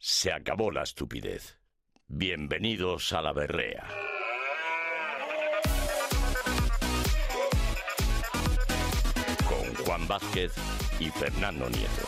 Se acabó la estupidez. Bienvenidos a la berrea. Con Juan Vázquez y Fernando Nieto.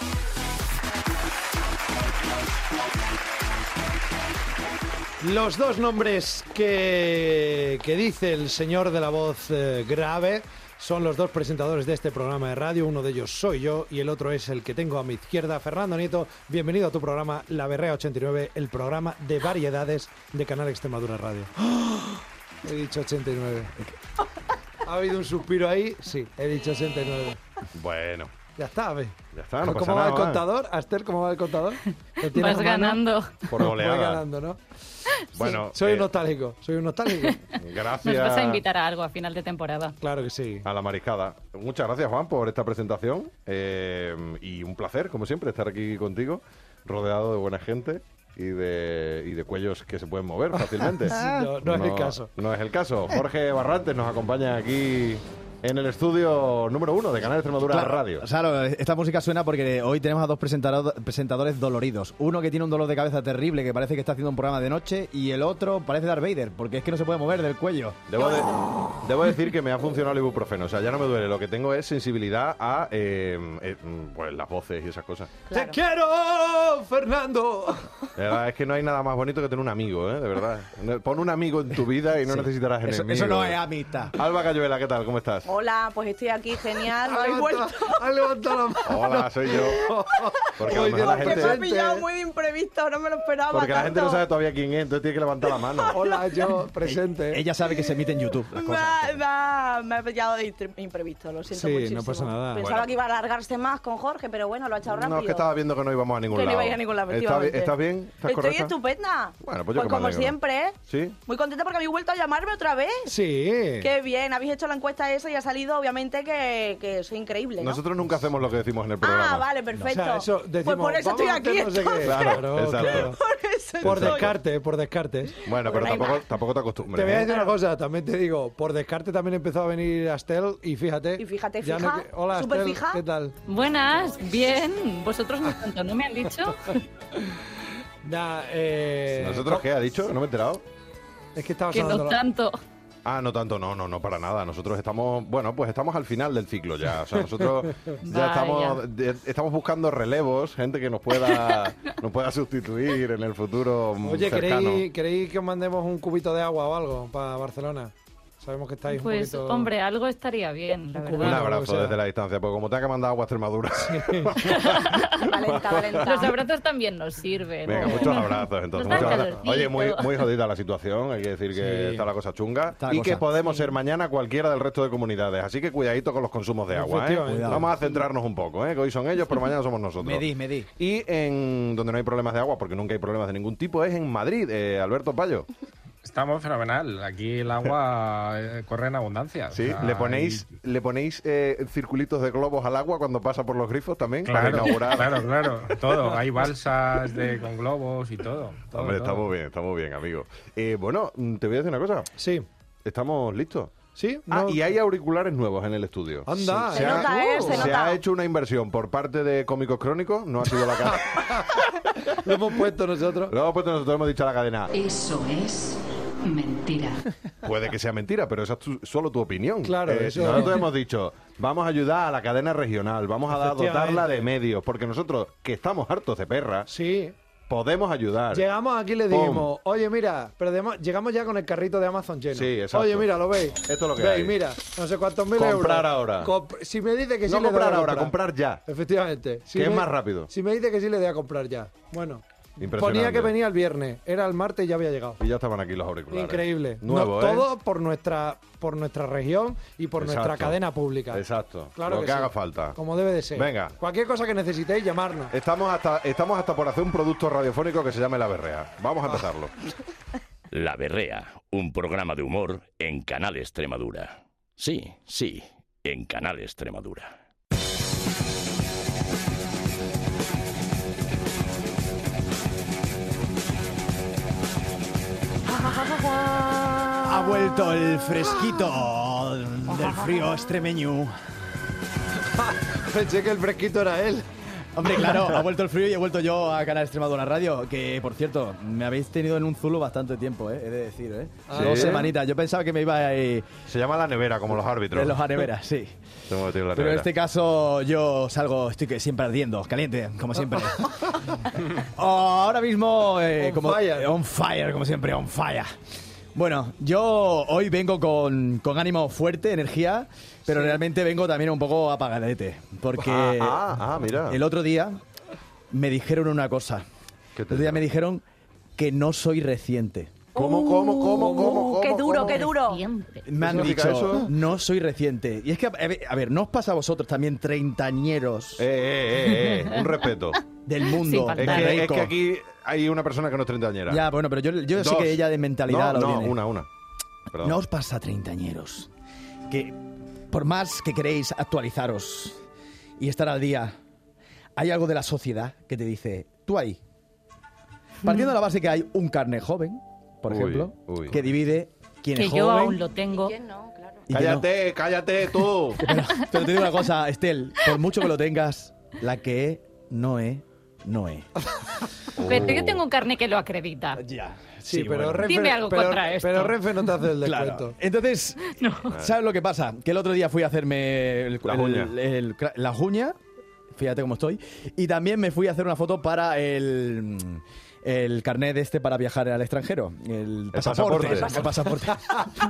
Los dos nombres que, que dice el señor de la voz eh, grave son los dos presentadores de este programa de radio. Uno de ellos soy yo y el otro es el que tengo a mi izquierda, Fernando Nieto. Bienvenido a tu programa La Berrea 89, el programa de variedades de Canal Extremadura Radio. He dicho 89. ¿Ha habido un suspiro ahí? Sí, he dicho 89. Bueno, Ya está, ve. ya está, no pasa ¿Cómo va nada. el va. contador? Aster, ¿cómo va el contador? ¿Lo tienes Vas a mano? ganando. Por Voy goleada. ganando, ¿no? Bueno, Soy eh, un nostálgico, soy un nostálgico. Nos vas a gracias invitar a algo a final de temporada. claro que sí. a la mariscada. Muchas gracias, Juan, por esta presentación. eh, y un placer, como siempre, estar aquí contigo, rodeado de buena gente y de, y de cuellos que se pueden mover fácilmente. No, no es el caso. No es el caso. Jorge Barrantes nos acompaña aquí en el estudio número uno de Canal Extremadura Claro, Radio. Claro, esta música suena porque hoy tenemos a dos presentado- presentadores doloridos. Uno que tiene un dolor de cabeza terrible que parece que está haciendo un programa de noche y el otro parece Darth Vader porque es que no se puede mover del cuello. Debo, de- debo decir que me ha funcionado el ibuprofeno, o sea, ya no me duele. Lo que tengo es sensibilidad a eh, eh, pues, las voces y esas cosas. Claro. ¡Te quiero, Fernando! De verdad, es que no hay nada más bonito que tener un amigo, ¿eh? De verdad. Pon un amigo en tu vida y no Sí. necesitarás Eso, enemigos. eso no es amistad. Alba Cayuela, ¿qué tal? ¿Cómo estás? Hola, pues estoy aquí, genial, no Ah, Ha he vuelto. levantado- ha levantado la mano. Hola, soy yo. Porque a lo Uy, Dios, mejor la Porque me ha gente... presente, pillado ¿eh? muy de imprevisto, no me lo esperaba Porque la gente no tanto. sabe todavía quién es, entonces tiene que levantar la mano. Hola, yo ¿eh? presente. Ella sabe que se emite en YouTube las me, ha, cosas. me ha- me ha pillado de intre- imprevisto, lo siento Sí, no muchísimo. pasa nada. Pensaba Bueno. que iba a alargarse más con Jorge, pero bueno, lo ha echado rápido. No, es que estaba viendo que no íbamos a ningún Que no lado. iba a ir a ningún lado, ¿Estás, bien? efectivamente. ¿Estás bien? ¿Estás Estoy correcta? estupenda. Bueno, pues yo que me como alegro. siempre, ¿eh? ¿Sí? Muy contenta porque habéis vuelto a llamarme otra vez. Sí. Qué bien, habéis hecho la encuesta esa y ha salido, obviamente, que, que soy increíble, ¿no? Nosotros nunca hacemos lo que decimos en el programa. Ah, vale, O perfecto. sea, eso pues decimos, por eso estoy vamos a aquí, hacer no sé qué. entonces. Claro, Exacto. claro. Por eso Por estoy. descarte, por descarte. Bueno, pero Bueno, ahí tampoco, va. tampoco te acostumbres. Te voy a ¿eh? decir una cosa, también te digo, por descarte también empezó a venir Astel y fíjate. Y fíjate, ya fija, que- hola, súper Astel, fija. ¿qué tal? Buenas, bien. Vosotros no tanto, ¿no me han dicho? Nah, eh, ¿Nosotros qué? ¿Ha dicho? No me he enterado. Es que estaba que sonando no la- tanto. Ah, no tanto, no, no, no, para nada. Nosotros estamos, bueno, pues estamos al final del ciclo ya. O sea, nosotros ya Vaya. estamos, de- estamos buscando relevos, gente que nos pueda, nos pueda sustituir en el futuro mm, Oye, cercano. ¿queréis, queréis que os mandemos un cubito de agua o algo para Barcelona? Sabemos que estáis Pues, un poquito... hombre, algo estaría bien, la Un verdad. Claro, o abrazo sea. desde la distancia, porque como te ha que mandar agua a Extremadura. Valenta, valenta. Los abrazos también nos sirven. Venga, ¿no? muchos abrazos. Entonces, Nos da muchos abrazos. calorcito. Oye, muy, muy jodida la situación, hay que decir que Sí. está la cosa chunga. Está la y cosa. que podemos ser mañana cualquiera del resto de comunidades. Así que cuidadito con los consumos de agua. ¿eh? Efectivamente. Vamos a centrarnos un poco, ¿eh? que hoy son ellos, pero mañana somos nosotros. Medí, medí. Y en donde no hay problemas de agua, porque nunca hay problemas de ningún tipo, es en Madrid, eh, Alberto Payo. Estamos fenomenal. Aquí el agua eh, corre en abundancia. O Sí, sea, le ponéis, y- le ponéis eh, circulitos de globos al agua cuando pasa por los grifos también para Claro, inaugurar. claro, claro. Todo. Hay balsas de, con globos y todo. todo, Hombre, está todo. muy bien, está muy bien, amigo. Eh, bueno, mm, te voy a decir una cosa. Sí. Estamos listos. ¿Sí? Ah, no- y hay auriculares nuevos en el estudio. Anda, Uh, Se nota, ¿eh? Se Se nota. ha hecho una inversión por parte de Cómicos Crónicos, no ha sido la cadena. Lo hemos puesto nosotros. Luego pues nosotros hemos dicho a la cadena, Eso es mentira. Puede que sea mentira, pero esa es tu- solo tu opinión. Eh, Claro, eso- Nosotros hemos dicho, vamos a ayudar a la cadena regional, vamos a dar- Efectivamente. dotarla de medios, porque nosotros, que estamos hartos de perras, Sí. podemos ayudar. Llegamos aquí y le Pum. dijimos, oye, mira, pero de- llegamos ya con el carrito de Amazon lleno. Sí, exacto. Oye, mira, lo veis. Esto es lo que veis, hay. mira, no sé cuántos mil euros. Comprar ahora. Comp- si me dice que sí no le doy a comprar ahora, comprar ya. Efectivamente. Si Que es me- más rápido. Si me dice que sí le doy a comprar ya. Bueno. Impresionante. Ponía que venía el viernes, era el martes y ya había llegado. Y ya estaban aquí los auriculares. Increíble. No, Nuevo, ¿eh? Todo por nuestra, por nuestra región y por nuestra Exacto. cadena pública. Exacto. Claro lo que que, sí. haga falta. Como debe de ser. Venga. Cualquier cosa que necesitéis, llamarnos. Estamos hasta, estamos hasta por hacer un producto radiofónico que se llame La Berrea. Vamos a empezarlo. La berrea, un programa de humor en Canal Extremadura. Sí, sí, en Canal Extremadura. Ha vuelto el fresquito del frío extremeño. Pensé que el fresquito era él. Hombre, claro, ha vuelto el frío y he vuelto yo a Canal Extremadura Radio, que por cierto, me habéis tenido en un zulo bastante tiempo, ¿eh? he de decir, ¿eh? Ah. Dos ¿Sí? semanitas. Yo pensaba que me iba a ir Se llama la nevera, como los árbitros. de los aneveras, sí. Te hemos metido en la Pero nevera. en este caso yo salgo, estoy que siempre ardiendo, caliente, como siempre. Ahora mismo, eh, On como fire. on fire, como siempre, on fire. Bueno, yo hoy vengo con, con ánimo fuerte, energía, pero realmente vengo también un poco apagadete, porque Ah, ah, ah, mira. el otro día me dijeron una cosa. ¿Qué te el otro dijeron? día me dijeron que no soy reciente. ¿Cómo, cómo, cómo, cómo, Uh, cómo? qué duro, cómo? qué duro. Siempre. Me han significa dicho, eso? no soy reciente. Y es que, a ver, a ver, ¿no os pasa a vosotros también treintañeros Eh, eh, eh, eh, un respeto. del mundo? faltar. es, del que, es rico? que aquí hay una persona que no es treintañera. Ya, bueno, pero yo, yo sé Dos. que ella de mentalidad no, lo no, tiene. una, una. Perdón. No os pasa treintañeros que por más que queréis actualizaros y estar al día, hay algo de la sociedad que te dice, tú ahí. Hmm. Partiendo de la base que hay un carne joven, por Uy, ejemplo, uy. que divide quién Que es yo joven aún lo tengo. ¿Quién no? Claro. y quién no. cállate, cállate tú. Pero te digo una cosa, Estel, por mucho que lo tengas, la que es, no es, no es. Pero yo tengo un carnet que lo acredita. Ya. Sí, pero Renfe, Dime algo pero- contra esto. Pero Renfe no te hace el descuento. Claro. Entonces, ¿sabes lo que pasa? Que el otro día fui a hacerme el- La el- uña. el- el- la uña, fíjate cómo estoy, y también me fui a hacer una foto para el el carnet de este para viajar al extranjero, el pasaporte, pasaporte. el pasaporte.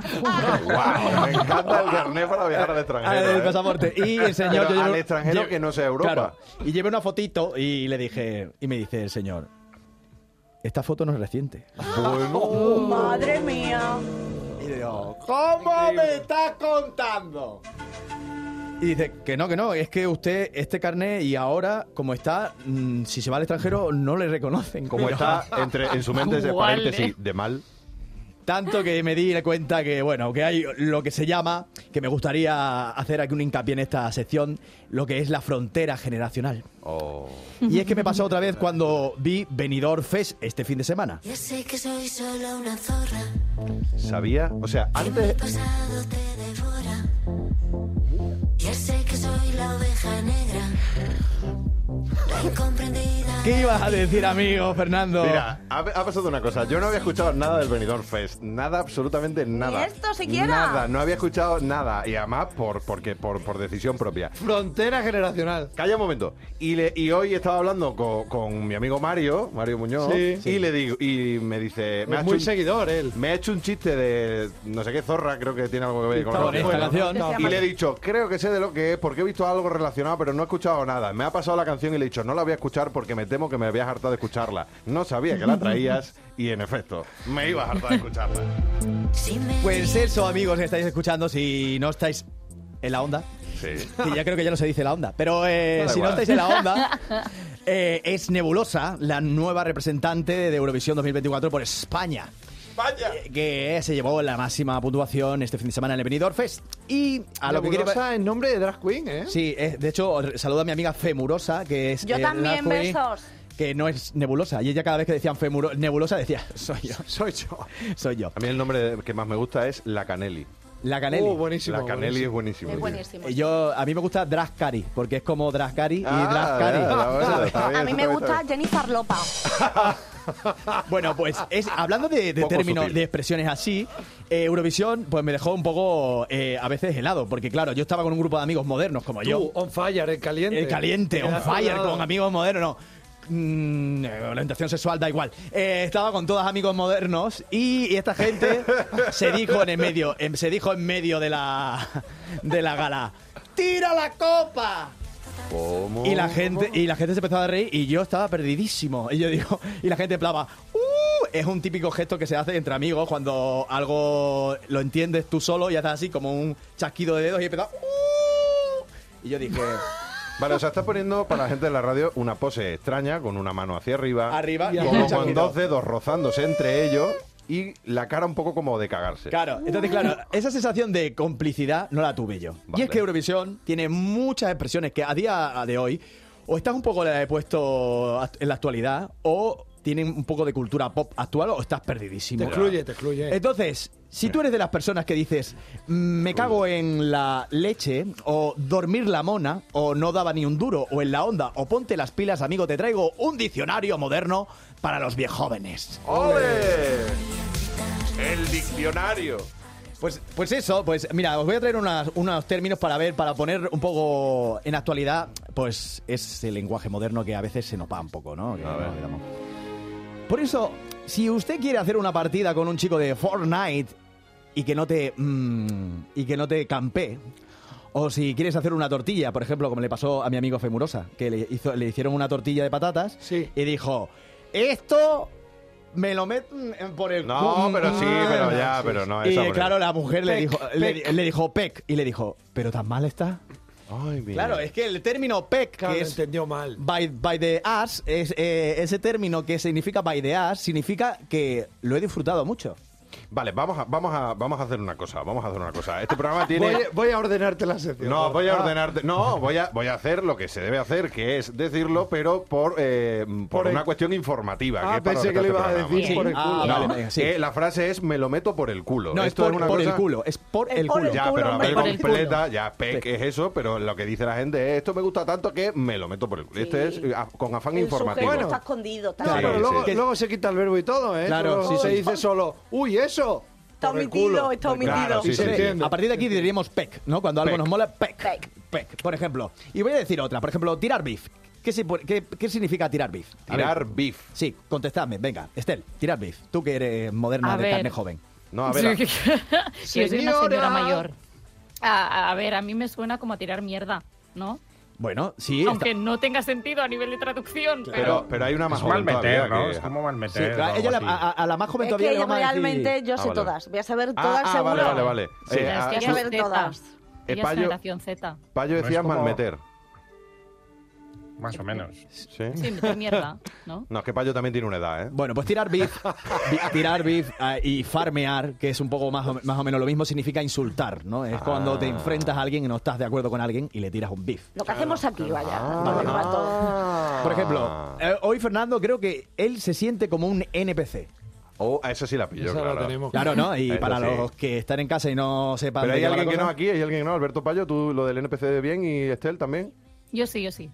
Guau, me encanta el carnet para viajar al Ah, extranjero. el ¿eh? pasaporte. Y el señor. Pero yo al extranjero que no sea Europa. Claro. y llevé una fotito y le dije. Y me dice el señor. Esta foto no es reciente. Bueno, Madre mía. Y le digo, ¿cómo me estás contando? Y dice, que no, que no, es que usted, este carnet y ahora, como está, mm, si se va al extranjero, no le reconocen. como Pero- está entre, en su mente ese Igual, paréntesis eh. de mal. Tanto que me di cuenta que, bueno, que hay lo que se llama, que me gustaría hacer aquí un hincapié en esta sección, lo que es la frontera generacional. Oh. Y es que me pasó otra vez cuando vi Benidorm Fest este fin de semana. Ya sé que soy solo una zorra. Sabía, o sea, El antes pasado te devora. Ya sé que soy la oveja negra. La incomprendida. ¿Qué ibas a decir, amigo Fernando? Mira, ha, ha pasado una cosa. Yo no había escuchado nada del Benidorm Fest. Nada, absolutamente nada. Ni esto siquiera. Nada, no había escuchado nada. Y además por, porque, por, por decisión propia. Frontera generacional. Calla un momento. Y, le, y hoy estaba hablando co- con, mi amigo Mario, Mario Muñoz, Sí. y le digo, y me dice, me ha, Es hecho muy un, seguidor él. me ha hecho un chiste de no sé qué zorra, creo que tiene algo que ver con Está la bonita la canción. No, Y le he dicho, creo que sé de lo que es, porque he visto algo relacionado, pero no he escuchado nada. Me ha pasado la canción y le he dicho, no la voy a escuchar porque me temo que me habías hartado de escucharla. No sabía que la traías y en efecto, me ibas a hartar de escucharla. Si me Pues eso, amigos, que estáis escuchando, si no estáis en la onda, Sí. que ya creo que ya no se dice la onda, pero eh, Da si igual. no estáis en la onda, eh, es Nebulosa, la nueva representante de Eurovisión 2024 por España. Vaya. eh, Que se llevó la máxima puntuación este fin de semana en el Benidorm Fest. Y a lo que quiere. Nebulosa en nombre de drag queen, ¿eh? Sí, eh, de hecho, r- saludo a mi amiga Femurosa, que es. Yo eh, también, drag queen, besos. Que no es nebulosa. Y ella, cada vez que decían Femuro- nebulosa, decía: Soy yo, Soy yo. soy yo. A mí el nombre que más me gusta es La Canelli. La Canelli. Uh, buenísimo. la Canelli buenísimo. Es es buenísimo. buenísimo. Eh, Yo, a mí me gusta Draskari, porque es como Draskari y Ah, ya, ya, ya, Draskari. está bien, está A mí me bien, gusta está bien. Jennifer Lopa. bueno, pues es, hablando de, de Poco términos, sutil. de expresiones así, eh, Eurovisión pues me dejó un poco eh, a veces helado, porque claro, yo estaba con un grupo de amigos modernos como Tú, yo. on fire, el caliente. El caliente, on Quedaste fire, al lado. con amigos modernos, no. Mm, eh, orientación sexual da igual. Eh, estaba con todos amigos modernos y, y esta gente se dijo en el medio, em, se dijo en medio de la de la gala. ¡Tira la copa! ¿Cómo? Y la gente, y la gente se empezaba a reír y yo estaba perdidísimo. Y yo digo, y la gente plava. "Uh", Es un típico gesto que se hace entre amigos cuando algo lo entiendes tú solo y haces así como un chasquido de dedos y empieza. "Uh". Y yo dije, Vale, o sea, estás poniendo para la gente de la radio una pose extraña, con una mano hacia arriba. Arriba y como hacia con arriba. dos dedos rozándose entre ellos y la cara un poco como de cagarse. claro, entonces claro, esa sensación de complicidad no la tuve yo. Y Vale. es que Eurovisión tiene muchas eh, expresiones que a día de hoy o estás un poco puesto en la actualidad o tienen un poco de cultura pop actual o estás perdidísimo. Te excluye, te excluye. Entonces, si tú eres de las personas que dices, "Mm, me cago en la leche, o dormir la mona, o no daba ni un duro, o en la onda, o ponte las pilas, amigo, te traigo un diccionario moderno para los viejóvenes. ¡Ole! El diccionario. Pues, pues eso, pues mira, os voy a traer unas- unos términos para ver, para poner un poco en actualidad, pues es el lenguaje moderno que a veces se nos va un poco, ¿no? Que nos quedamos. Por eso, si usted quiere hacer una partida con un chico de Fortnite y que no te mm, y que no te campe, o si quieres hacer una tortilla, por ejemplo, como le pasó a mi amigo Femurosa, que le, hizo, le hicieron una tortilla de patatas Sí. y dijo, esto me lo meten por el No, cu- pero sí, pero ya, pero no. y esa por claro, la mujer le Peck, dijo, le, peck. le dijo Peck y le dijo, pero tan mal está. Ay, mira. Claro, es que el término Peck, Claro, que lo es entendió mal. Ah, by, by the ass, es, eh, ese término que significa by the ass, significa que lo he disfrutado mucho. Vale, vamos a, vamos, a, vamos a hacer una cosa, vamos a hacer una cosa. Este programa tiene... Voy, voy a ordenarte la sección. No, voy a Ah, ordenarte. No, voy a, voy a hacer lo que se debe hacer, que es decirlo, pero por, eh, por, Por el- una cuestión informativa. Ah, que es para pensé lo que está lo este ibas a programa. decir Sí. por el Ah, culo. vale. No, venga, sí. eh, la frase es me lo meto por el culo. Esto No, es es, por, una por el cosa- culo, es por Es el por culo. el Ya, culo, pero la hombre, peli por el culo. completa, ya, pec es eso, pero lo que dice la gente es esto me gusta tanto que me lo meto por el culo. Sí. Este es eh, a- con afán El informativo. sujeto está escondido, está, No, Sí, pero sí. luego, Que- luego se quita el verbo y todo, ¿eh? Claro, Solo sí, se sí. dice solo, uy, eso. está por el omitido, culo. está omitido. Claro, sí, Y se sí, sí. entiende. A partir de aquí diríamos peck, ¿no? Cuando algo Peck. nos mola, peck. Peck. Peck, por ejemplo. Y voy a decir otra, por ejemplo, tirar beef. ¿Qué, se pu- qué- qué significa tirar beef? A ver. Tirar beef. Sí, contestadme, venga. Estel, tirar beef. Tú que eres moderna A de ver. carne joven. No, a ver, Sí. Yo soy una Señora. señora mayor. A, a ver, a mí me suena como a tirar mierda, ¿no? Bueno, sí. está- Aunque no tenga sentido a nivel de a- traducción, pero... pero, pero hay una más Es joven mal todavía meter, ¿no? que- Es como mal Sí, meter. claro, o algo ella la- así. a, a la más joven Es todavía que le yo vamos a decir- realmente yo Ah, sé vale. todas. Voy a saber Ah, todas ah, seguro. vale, vale, vale. Sí, Eh, es ah, que hay ella es saber Z. todas. Ella es Payo- generación Z. Payo No es decía mal como- meter. Más o menos. ¿Sí? Sí, meter mierda, ¿no? No, es que Payo también tiene una edad, ¿eh? Bueno, pues tirar beef, bi- tirar beef eh, y farmear, que es un poco más o, más o menos lo mismo, significa insultar, ¿no? Ah. Es cuando te enfrentas a alguien y no estás de acuerdo con alguien y le tiras un beef. Lo que hacemos aquí, Ah. vaya. todo el rato. Por ejemplo, eh, hoy Fernando creo que él se siente como un NPC. Oh, a esa sí la pillo, Esa claro. la tenemos. Claro, ¿no? Y Eso para sí. los que están en casa y no sepan... Pero de hay qué va la alguien que no cosa- aquí, hay alguien que no. Alberto Payo, tú lo del NPC de bien y Estel también. Yo sí, yo sí.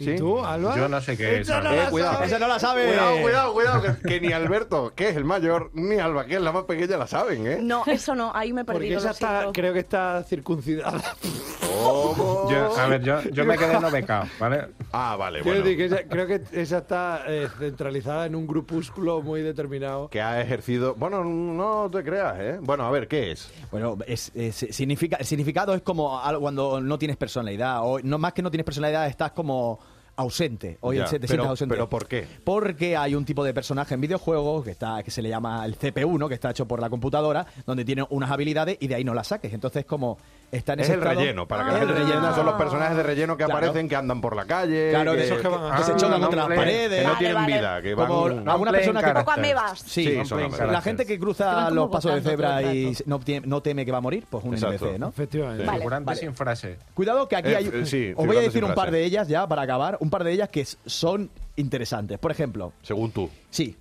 ¿Y Sí. tú, Alba? Yo no sé qué es. Ella no Alberto. Eh, la cuidado. sabe. Esa no la sabe. Cuidado, cuidado, cuidado. Que, que ni Alberto, que es el mayor, ni Alba, que es la más pequeña, la saben, ¿eh? No, eso no, ahí me he Porque perdido. esa lo está, siento. creo que está circuncidada. ¿Cómo? Yo- a ver, yo, yo me quedé no becado, ¿vale? Ah, vale, Quiero bueno. decir que esa- creo que esa está eh, centralizada en un grupúsculo muy determinado. Que ha ejercido... Bueno, no te creas, ¿eh? Bueno, a ver, ¿qué es? Bueno, es, es- significa, el significado es como algo cuando no tienes personalidad, o no más que no tienes personalidad, estás como ausente. Hoy Ya, te sientes pero- ausente. pero ¿por qué? Porque hay un tipo de personaje en videojuegos que está que se le llama el CPU, ¿no? que está hecho por la computadora, donde tiene unas habilidades y de ahí no las saques. Entonces, como está en Es ese el estado- relleno, para que la Es el gente entienda, relleno. son los personajes de relleno que Claro. aparecen, que andan por la calle... Claro, de esos que van a- que se chocan contra las hombre, paredes. Que no Vale, tienen vale. vida, que van... Como algunas Unplaying personas que- Poco amebas. Sí, Sí, Son son plain la la verdad. gente que Se van cruza como los pasos de botando todo cebra el y rato. no, tiene- no teme que va a morir, pues un Exacto. NPC, ¿no? Efectivamente. Vale. Figurante sin frase. Cuidado que aquí Eh, hay... eh, sí, os voy a figurante decir sin un par frase. de ellas ya para acabar, un par de ellas que s- son interesantes. Por ejemplo, Según tú. sí,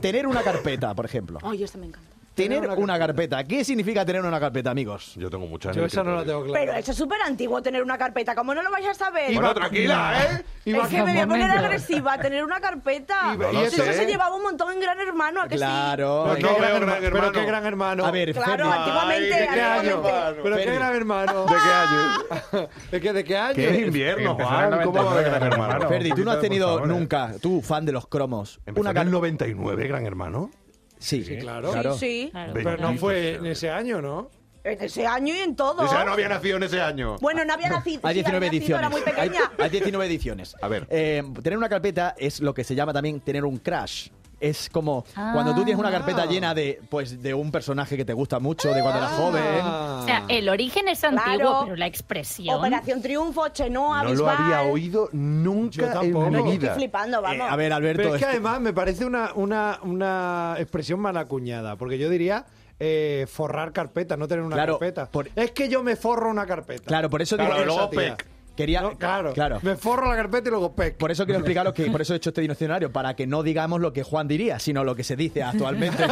tener una carpeta, por ejemplo. Ay, esta me encanta. Tener una carpeta. ¿Qué significa tener una carpeta, amigos? Yo tengo muchas... en Yo el esa no la escritorio. tengo Pero clara. eso es súper antiguo tener una carpeta. ¿Cómo no lo vais a saber? Bueno, tranquila, ¿eh? es que me voy a poner momento. agresiva, tener una carpeta. Y- No y ¿eh? lo Si eso sé. se llevaba un montón en Gran Hermano, ¿a que Claro. Pero es qué No que- gran veo herma- Gran pero Hermano. qué gran hermano. a ver, sí? Claro, Fermi- antiguamente, ¿de qué antiguamente. año? Pero qué Fermi. gran hermano. ¿De qué año? ¿De qué, de qué año? ¿Qué es invierno, Empezó en Juan? el ¿Cómo va a haber Gran 99, Hermano? hermano. Ferdi, tú no Por has tenido favor, eh. nunca, tú, fan de los cromos, ¿Empezó una en el carpeta. 99, Gran Hermano? Sí, Sí, claro. claro. Sí, sí. Claro. Pero no Veinte. fue en ese año, ¿no? En ese año y en todo. O sea, "Ah, no había nacido en ese año. Bueno, no había nacido. Hay Pues sí, 19 había nacido, ediciones. Era muy Hay, pequeña. hay 19 ediciones. A ver. Eh, tener una carpeta es lo que se llama también tener un crash. Es como Ah. cuando tú tienes una carpeta llena de, pues, de un personaje que te gusta mucho, de cuando eras joven. Ah. O sea, el origen es antiguo, Claro. pero la expresión... Operación Triunfo, Chenoa, No lo Bisbal. había oído Yo nunca tampoco. en mi No, Estoy vida. flipando, Eh, vamos. a ver, Alberto. Pero es que esto- además me parece una, una, una expresión mal acuñada, porque yo diría eh, forrar carpeta, no tener una Claro, carpeta. por- Es que yo me forro una carpeta. Claro, por eso Claro, digo- luego esa, tía. pec. Quería. No, claro. Claro. Me forro la carpeta y luego pesco. Por e- eso quiero explicar lo que. Por eso he hecho este diccionario, para que no digamos lo que Juan diría, sino lo que se dice actualmente.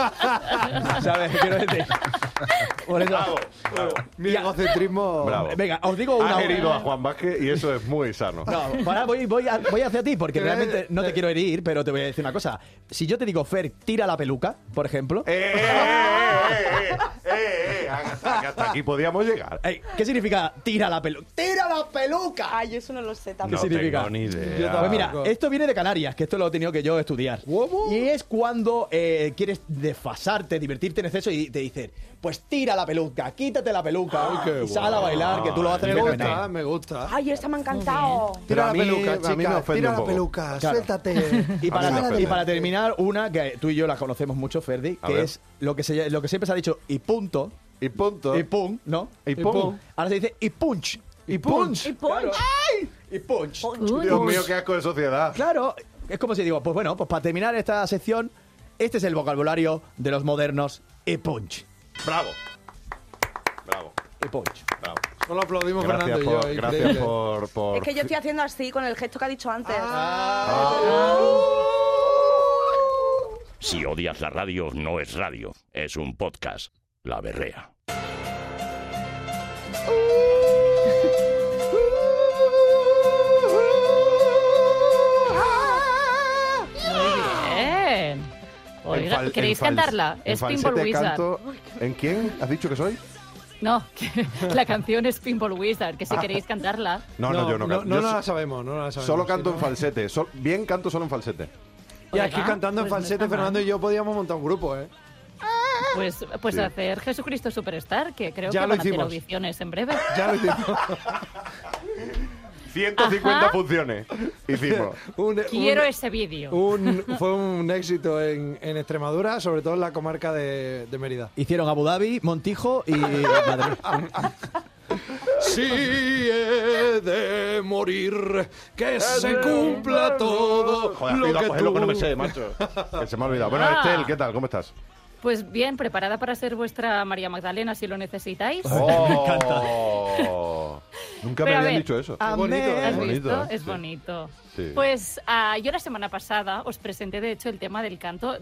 ¿Sabes? Quiero decir. Por eso- Mi Ya. egocentrismo. Bravo. Venga, os digo una. Has herido a Juan Vázquez y eso es muy sano. No, para, voy, voy, a- voy hacia ti Te porque voy a- realmente no te quiero herir, pero te voy a decir una cosa. Si yo te digo, Fer, tira la peluca, por ejemplo, Eh, eh, eh, eh, eh, eh, eh, hasta, hasta aquí podíamos llegar. ey, ¿qué significa tira la peluca? ¡Tira la peluca! Ay, eso no lo sé No tampoco. significa? tengo ni idea. Yo tampoco. Pues mira, esto viene de Canarias, que esto lo he tenido que yo estudiar. ¿Cómo? Y es cuando eh, quieres desfasarte, divertirte en exceso y te dicen, pues tira la peluca, quítate la peluca, y sal a bailar, que tú lo haces Me gusta, fenomenal. me gusta. Ay, esta me ha encantado. Pero Tira a la mí- peluca, a mí chica. me ofende tira un la poco. peluca, Claro. suéltate. Y A mí me para, ofende. y para terminar, una que tú y yo la conocemos mucho, Ferdi, A que ver. es lo que, se- lo que siempre se ha dicho, y punto, Y punto. y pum, ¿no? Y pum. Ahora se dice y punch. Y punch. Y punch. ¡Ay! Y punch. Uy, Dios mío, qué asco de sociedad. Claro, es como si digo, pues bueno, pues para terminar esta sección, este es el vocabulario de los modernos y punch. Bravo. Bravo. Y punch. Bravo. Solo aplaudimos Gracias Fernando por, y yo. gracias increíble. por- por- Es que yo estoy haciendo así con el gesto que ha dicho antes. Ah. Si odias la radio, no es radio, es un podcast. La berrea. bien. en Oiga, fal- ¿queréis en fal- cantarla? en Es Pinball falsete Wizard. canto- ¿En quién has dicho que soy? No, que la canción es Pinball Wizard, que si Ah. queréis cantarla. No, no, yo no canto. No, Yo no so- la sabemos, no la sabemos. solo sí, canto en no. falsete. Sol- bien canto solo en falsete. Ya, Oiga, es que cantando en pues no falsete, está mal. Fernando y yo podíamos montar un grupo, ¿eh? Pues, pues Sí. hacer Jesucristo Superstar, que creo Ya que lo van a hacer hicimos. audiciones en breve. Ya lo hicimos. 150 funciones hicimos. Uh. Un- Quiero un- ese vídeo. un- fue un éxito en, en Extremadura, sobre todo en la comarca de, de Mérida. Hicieron Abu Dhabi, Montijo y Madrid. Si he de morir, que se cumpla todo Joder, lo cuidado, que pues, es lo que no me tú- sé, macho. Que se me ha olvidado. Bueno, Ah. Estel, ¿qué tal? ¿Cómo estás? Pues bien, preparada para ser vuestra María Magdalena si lo necesitáis. Oh. Nunca me Pero a habían ver, dicho eso. Amén. bonito, ¿eh? ¿Has Es bonito, visto? ¿eh? Es Sí. bonito. Sí. Pues ah, yo la semana pasada os presenté, de hecho, el tema del canto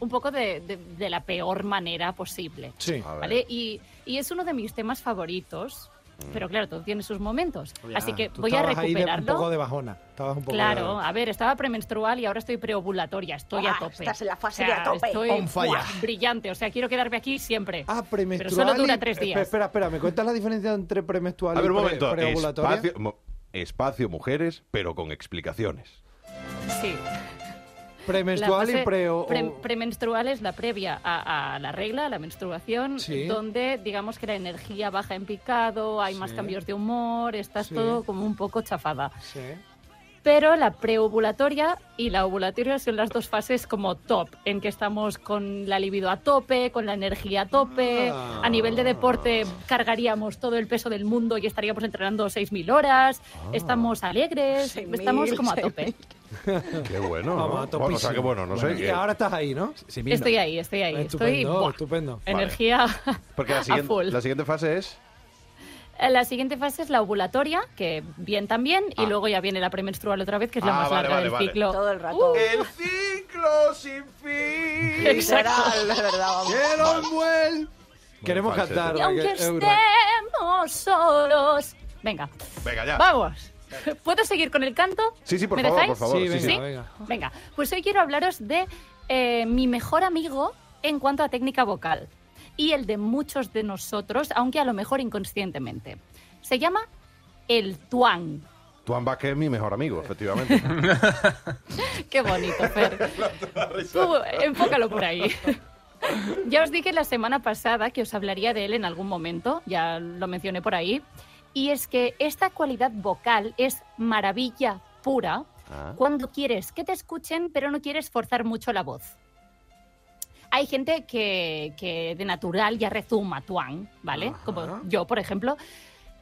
un poco de, de- de la peor manera posible. Sí. A ver. ¿Vale? Y, y es uno de mis temas favoritos, pero claro, todo tiene sus momentos. Así que Mm. Tú voy a estabas ahí de- un poco recuperarlo. de bajona. Estabas un poco Claro, de- a ver, estaba premenstrual y ahora estoy preovulatoria, estoy Ah, a tope. estás en la fase de a tope. Estoy On fire. ¡buah! brillante, o sea, quiero quedarme aquí siempre. Ah, pero premenstrual. solo dura y- tres Espera, días. espera, espera, ¿me cuentas la diferencia entre premenstrual A ver, y un pre- momento. preovulatoria? Espacio, mo- espacio mujeres, pero con explicaciones. Sí. Premenstrual La fase y pre... o- pre- o- premenstrual es la previa a, a la regla, a la menstruación, Sí. donde digamos que la energía baja en picado, hay más Sí. cambios de humor, estás Sí. todo como un poco chafada. Sí. Pero la preovulatoria y la ovulatoria son las dos fases como top, en que estamos con la libido a tope, con la energía a tope, Ah. a nivel de deporte cargaríamos todo el peso del mundo y estaríamos entrenando 6.000 horas, Ah. estamos alegres, 6.000, estamos como a tope. Qué bueno. Vamos, a ¿no? Bueno, o sea, topísimo. que bueno, no sé. eh, Bueno, Y que- ahora estás ahí, ¿no? Sí, mira. Estoy ahí, estoy ahí, estoy... estupendo, ¡buah! estupendo. Energía Porque la a full. siguiente, la siguiente fase es. Eh, La siguiente fase es la ovulatoria, que bien también, Ah. y luego ya viene la premenstrual otra vez, que es la Ah, más vale, larga vale, del vale. ciclo. Todo Ah. el rato. El ciclo sin fin. Exacto. Literal, de verdad, vamos. ¡Quiero un buen! Queremos falsete. cantar. Y aunque Raquel, eh, Raquel. estemos solos. Venga, Venga, ya. vamos. ¿Puedo seguir con el canto? Sí, sí, por ¿Me favor, dejáis? por favor. Sí, venga, ¿Sí? venga. Venga, pues hoy quiero hablaros de eh, mi mejor amigo en cuanto a técnica vocal y el de muchos de nosotros, aunque a lo mejor inconscientemente. Se llama el tuang. Tuan Vázquez es mi mejor amigo, efectivamente. Qué bonito, Fer. Tú, enfócalo por ahí. Ya os dije la semana pasada que os hablaría de él en algún momento, ya lo mencioné por ahí, y es que esta cualidad vocal es maravilla pura Ah. cuando quieres que te escuchen, pero no quieres forzar mucho la voz. Hay gente que, que de natural ya rezuma tuán, ¿vale? Como yo, por ejemplo.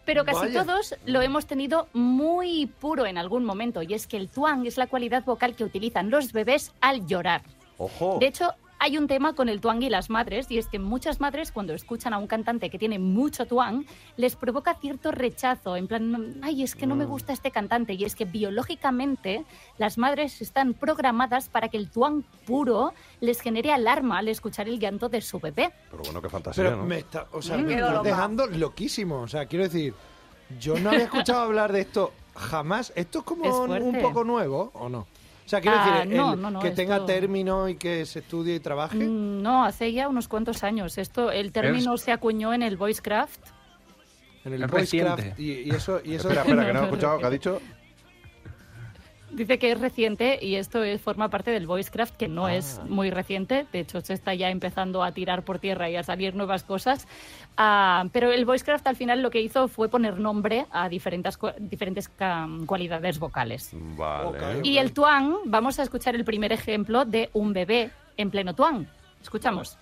Pero casi Vaya. todos lo hemos tenido muy puro en algún momento, y es que el tuán es la cualidad vocal que utilizan los bebés al llorar. Ojo. De hecho, hay un tema con el twang y las madres, y es que muchas madres, cuando escuchan a un cantante que tiene mucho twang, les provoca cierto rechazo, en plan, ay, es que no me gusta este cantante. Y es que biológicamente las madres están programadas para que el twang puro les genere alarma al escuchar el llanto de su bebé. Pero bueno, qué fantasía, Pero ¿no? me está, o sea, Mm, me qué estás broma. dejando loquísimo. O sea, quiero decir, yo no había escuchado hablar de esto jamás. Esto es como Es un- un fuerte. poco nuevo, ¿o no? O sea, quiero Ah, decir, el- no, el no, no, que esto- tenga término y que se estudie y trabaje. Mm, No, hace ya unos cuantos años. Esto, el término se acuñó en el voicecraft. En el Es voicecraft reciente. y, y eso y eso Espera, espera, que no he escuchado, que ha dicho. Dice que es reciente y esto es- forma parte del voicecraft, que no es muy reciente. De hecho, se está ya empezando a tirar por tierra y a salir nuevas cosas. Ah, pero el voicecraft al final lo que hizo fue poner nombre a diferentes, cua- diferentes cam, cualidades vocales. Vale. Ok. Y el tuang, vamos a escuchar el primer ejemplo de un bebé en pleno tuang. Escuchamos.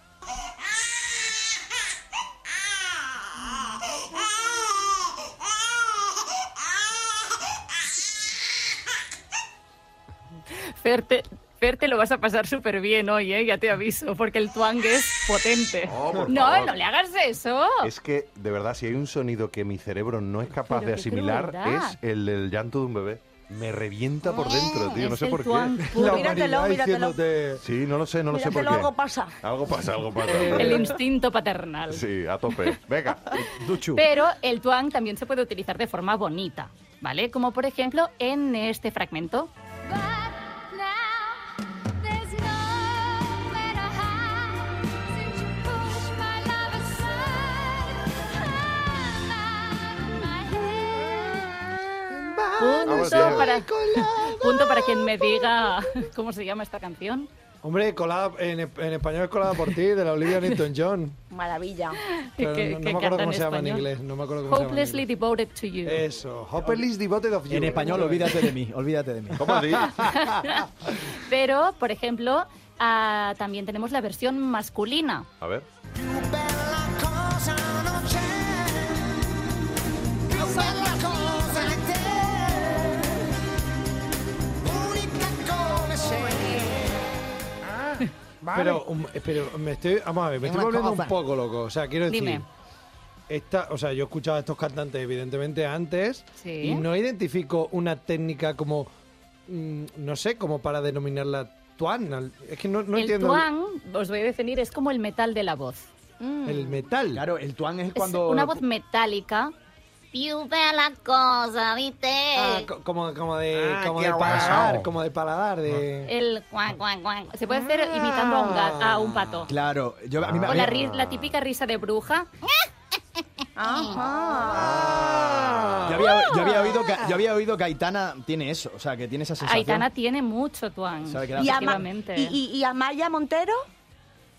Fer, te, Fer, te lo vas a pasar súper bien hoy, ¿eh? ya te aviso, porque el tuang es potente. Oh, por no, favor. no le hagas eso. Es que, de verdad, si hay un sonido que mi cerebro no es capaz Pero de qué asimilar, crueldad. es el del llanto de un bebé. Me revienta por dentro, tío, Ah, Es no sé el por tuang qué. puro. Míratelo, humanidad míratelo. diciéndote- Sí, no lo sé, no lo sé por Míratelo, qué. algo pasa. Algo pasa, algo pasa. El instinto paternal. Sí, a tope. Venga, Duchu. Pero el tuang también se puede utilizar de forma bonita, ¿vale? Como por ejemplo en este fragmento. Vamos, Ah, Punto Diego. para, punto para quien me diga cómo se llama esta canción. Hombre, colada en, en español es colada por ti, de la Olivia Newton-John. Maravilla. Pero que- no, no que me acuerdo canta cómo se llama en español. inglés. No me acuerdo cómo se llama Eh. en Hopelessly devoted to you. inglés. Eso, Hopeless Devoted of You. En español, olvídate de mí, olvídate de mí. ¿Cómo di? Pero, por ejemplo, ah, también tenemos la versión masculina. A ver. Pero, um, pero me estoy, vamos a ver, me estoy volviendo un poco loco. O sea, quiero decir, Dime. esta, o sea, yo he escuchado a estos cantantes evidentemente antes Sí. y no identifico una técnica como, mm, no sé, como para denominarla tuan. Es que no, no el entiendo twang, os voy a definir, es como el metal de la voz. el- el metal. Claro, el tuan es Es cuando. una voz metálica. Piu, ve la cosa, viste. Ah, Eh. co- como, como de, Ah, como qué de guay. paladar, Pasao. como de paladar, de... El cuan, cuan, cuan. Se puede hacer imitando a un, ga- a un pato. Claro, yo a mí me- O la, ri- la típica risa de bruja. Yo había, yo había oído que, yo había oído que Aitana tiene eso, o sea, que tiene esa sensación. Aitana tiene mucho tuang. Sabe que la- Y, Ama- Efectivamente. y, y- y Amaya Montero,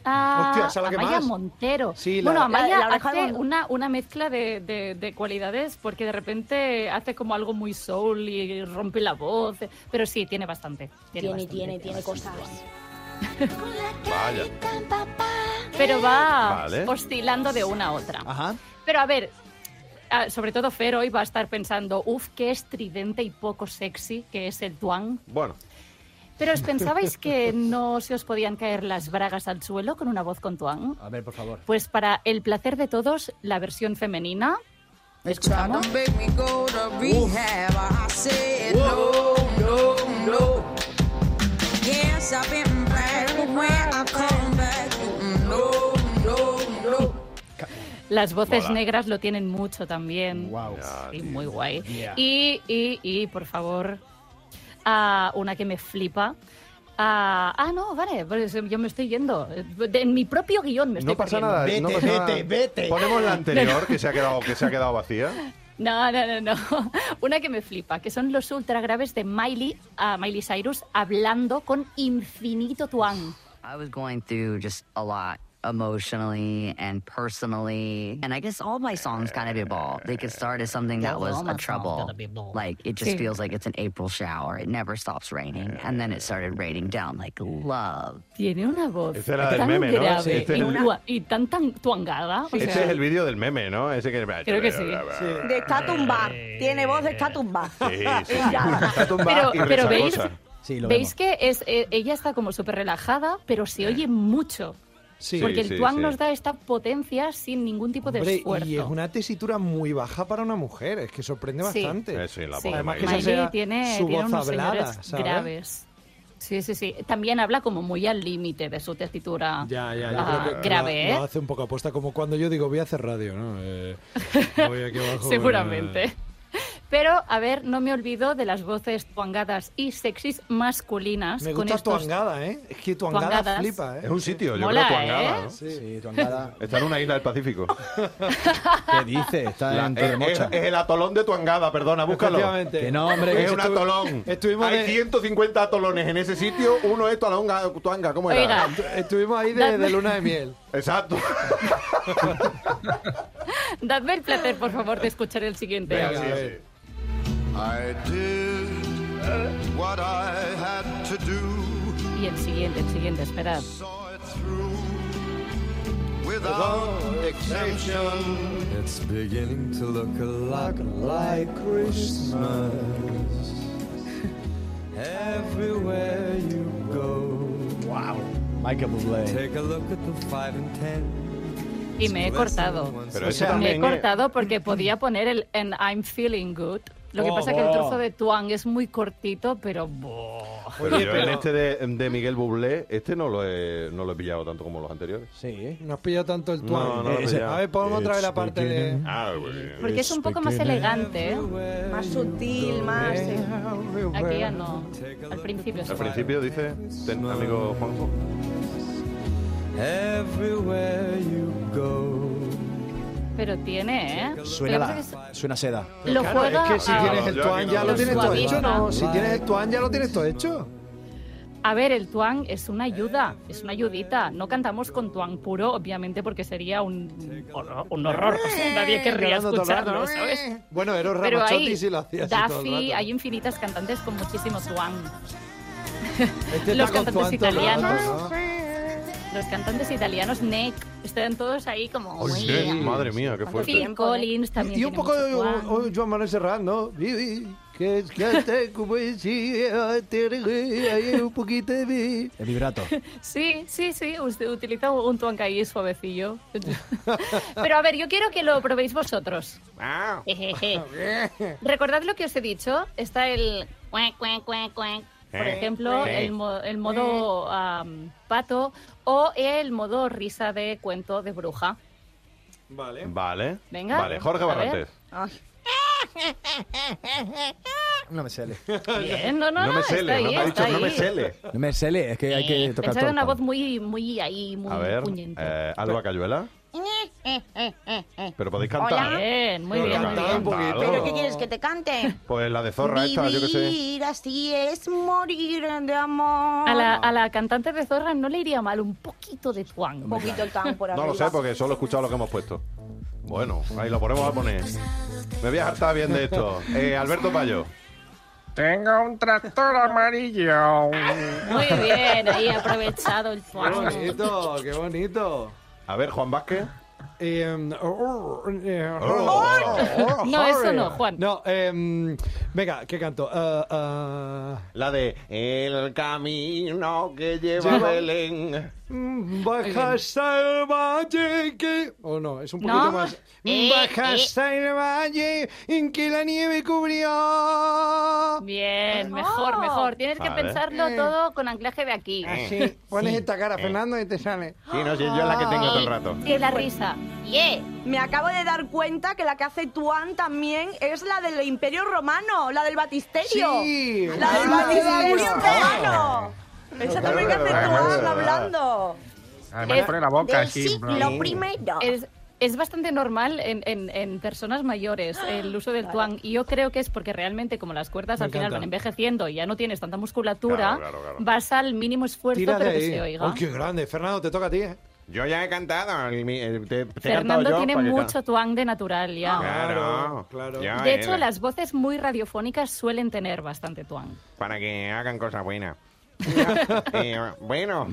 Ah, Hostia, ¿sabe qué Amaya más? Montero. Sí, la- bueno, Amaya La- la oreja de hace Gondor. una, una mezcla de, de- de cualidades porque de repente hace como algo muy soul y rompe la voz. Pero sí, tiene bastante. Tiene, tiene, bastante. tiene, tiene cosas. Vaya. Pero va Vale. oscilando de una a otra. Ah. Ajá. Pero a ver, ah, sobre todo Fer hoy va a estar pensando, uff, qué estridente y poco sexy que es el tuang. Bueno, Pero os pensabais que no se os podían caer las bragas al suelo con una voz con tuang. A ver, por favor. Pues para el placer de todos, la versión femenina. Escuchamos. Las voces Mola. negras lo tienen mucho también. Wow. Sí, muy guay. Yeah. Y, y, y, por favor, a una que me flipa. Ah, ah, no, vale, pues yo me estoy yendo. De- en mi propio guión me estoy no pasa perdiendo. nada. Vete, no pasa vete, nada. vete. Ponemos la anterior que se ha quedado, que se ha quedado vacía. No, no, no, no. Una que me flipa, que son los ultra graves de Miley, a Miley Cyrus hablando con infinito tuang. I was going through just a lot emotionally and personally. And I guess all my songs kind of evolve. They could start as something that was a trouble. Like it just Sí. feels like it's an April shower. It never stops raining. And then it started raining down like love. Tiene una voz Este era del tan meme, ¿no? Sí, grave este y, era el- tua- y tan tan tuangada. o Este sea, es el vídeo del meme, ¿no? Ese que... Creo que sí. De esta tumba. Tiene voz de esta tumba. Eh. Sí, sí, sí. Está tumbada Pero, y pero resacosa. veis, Sí, lo Veis vemos. que es, eh, ella está como súper relajada, pero se oye mucho. Eh. Sí. porque sí, el tuang sí. nos da esta potencia sin ningún tipo de Hombre, esfuerzo. y es una tesitura muy baja para una mujer, es que sorprende Sí. bastante. Eh, sí, la voz Sí, de Además que Miley. esa sea Miley tiene, su tiene voz unos hablada, señores ¿sabes? graves. Sí, sí, sí. También habla como muy al límite de su tesitura Ya, ya, yo ah, creo que grave, lo, ¿eh? lo hace un poco apuesta, como cuando yo digo voy a hacer radio, ¿no? Eh, voy aquí abajo, eh, bueno, Seguramente. Pero, a ver, no me olvido de las voces tuangadas y sexys masculinas. Me con gusta tu estos- angada, ¿eh? Es que tu angada Tuangadas. flipa, Es ¿eh? un sitio, yo Mola, creo que Angada, ¿eh? ¿no? Sí. Sí, tu angada. Está en una isla del Pacífico. ¿Qué dices? Está La- en es, eh, es- Torremocha. es el atolón de Tuangada, perdona, búscalo. Efectivamente. Que no, hombre. Es que un estuve- atolón. estuvimos Hay de- 150 atolones en ese sitio. Uno es Tuanga, Tuanga ¿cómo era? Oiga, eh, Estuvimos ahí de, de luna de miel. Exacto. dadme el placer, por favor, de escuchar el siguiente. Venga, a sí, ver. sí. Y el siguiente, el siguiente, esperad. It's beginning to look a lot like Christmas. Everywhere you go, Michael Bublé. take a look at the five and ten. Y me he cortado. Pero eso sea, Me he también es- cortado porque podía poner el And I'm Feeling Good. Lo que Oh, pasa es que el oh. trozo de Tuang es muy cortito, pero... boh. Pero Oye, yo en pero- este de, de Miguel Bublé, este no lo, he, no lo he pillado tanto como los anteriores. Sí. No has pillado tanto el tuang. No, no lo he Ese- pillado. ¿eh? a ver, ponme otra vez la parte de... Ah, bueno. Porque es un poco más elegante. ¿eh? Más sutil, más. sí. Eh. Aquí ya no. Al principio es Al igual. principio dice, ten, amigo Juanjo. Everywhere you go. Pero tiene, ¿eh? Suena, Lo que la- pasa es suena seda. que Lo Claro, juega es que si a- tienes el Yo aquí tuang no ya lo lo veo. tienes todo hecho, ¿no? Suaviza. Si tienes el tuang ya lo tienes todo hecho. A ver, el tuang es una ayuda, es una ayudita. No cantamos con tuang puro, obviamente, porque sería un, hor- un horror. O sea, nadie querría Llorando todo el rato, escucharlo, ¿no? Eh, ¿sabes? Bueno, Eros Pero Ramazzotti hay sí lo hacía así todo el Daffy, rato. hay infinitas cantantes con muchísimo tuang. Este los está con cantantes tuang todo el rato, italianos. ¿no? eh. Los cantantes italianos, Nick, están todos ahí como... Ay, "Uy". Dios, Madre mía, qué fuerte. Phil Collins también Y un tiene poco mucho tuang. oh, oh, Joan Manuel Serrat, ¿no? Vivi, que es que te como si eh, te regué, hay un poquito de mí. El vibrato. Sí, sí, sí, usted utiliza un tuanca ahí suavecillo. Pero a ver, yo quiero que lo probéis vosotros. Jejeje. Recordad lo que os he dicho. Está el... cuac, cuac, cuac, cuac. Por Eh, ejemplo, el, mo- el modo am, pato o el modo risa de cuento de bruja. Vale. Vale. Venga. Vale, Jorge A ver. Barrantes. Ay, No me sale. Bien, no, no, No no, me está sele, ahí, no me ha está dicho, no me ahí. Eh, sele. No me sale, es que hay que tocar Pensad en todo. una voz muy, muy ahí, muy A ver, puñente. eh, Alba Cayuela. Eh, Pero podéis cantar. Hola. Bien, muy Pero bien, muy cantad bien. un poquito. ¿Pero qué quieres que te cante? Pues la de Zorra esta, yo qué sé. Vivir así es morir de amor. A la, a la cantante de Zorra no le iría mal un poquito de tuang. Un poquito el tan por No arriba. lo sé porque solo he escuchado lo que hemos puesto. Bueno, ahí lo ponemos a poner. Me voy a hartar bien de esto. Eh, Alberto Payo. Tengo un tractor amarillo. Muy bien, ahí aprovechado el Qué tuang. bonito, qué bonito. A ver, Juan Vázquez. Em, oh, eh, Oh. oh, No, eso sorry. no, Juan. No, em, venga, ¿qué canto? Ah, ah, La de El camino que lleva a Belén. mm, Bajas al valle que... Oh, no, es un No. poquito más... Eh, Bajas al valle en que la nieve cubrió... Eh. Bien, mejor, mejor. Tienes que Vale. Ah. pensarlo todo con anclaje de aquí. Así, pones esta Eh. cara, Fernando, y te sale. Sí, no, sí, yo es la que tengo todo el rato. Y la risa. Yeah. Me acabo de dar cuenta que la que hace Tuan también es la del Imperio Romano, la del Batisterio. Sí. La del Ah, Batisterio bueno. romano. Esa también que hace Tuan hablando. Además pone la boca así. primero. Es, es bastante normal en, en- en personas mayores el uso del tuang. Y yo creo que es porque realmente, como las cuerdas Me al final encanta. van envejeciendo y ya no tienes tanta musculatura, Claro, claro, claro. vas al mínimo esfuerzo, Tira de pero que se ahí. oiga. Oh, qué grande. Fernando, te toca a ti, ¿eh? Yo ya he cantado. el mi- el- te- te he cantado Fernando yo tiene para que mucho tuang de natural ya. Claro, Claro, claro. claro. Ya, De eh, hecho, las voces muy radiofónicas suelen tener bastante tuang. Para que hagan cosas buenas. Eh, bueno.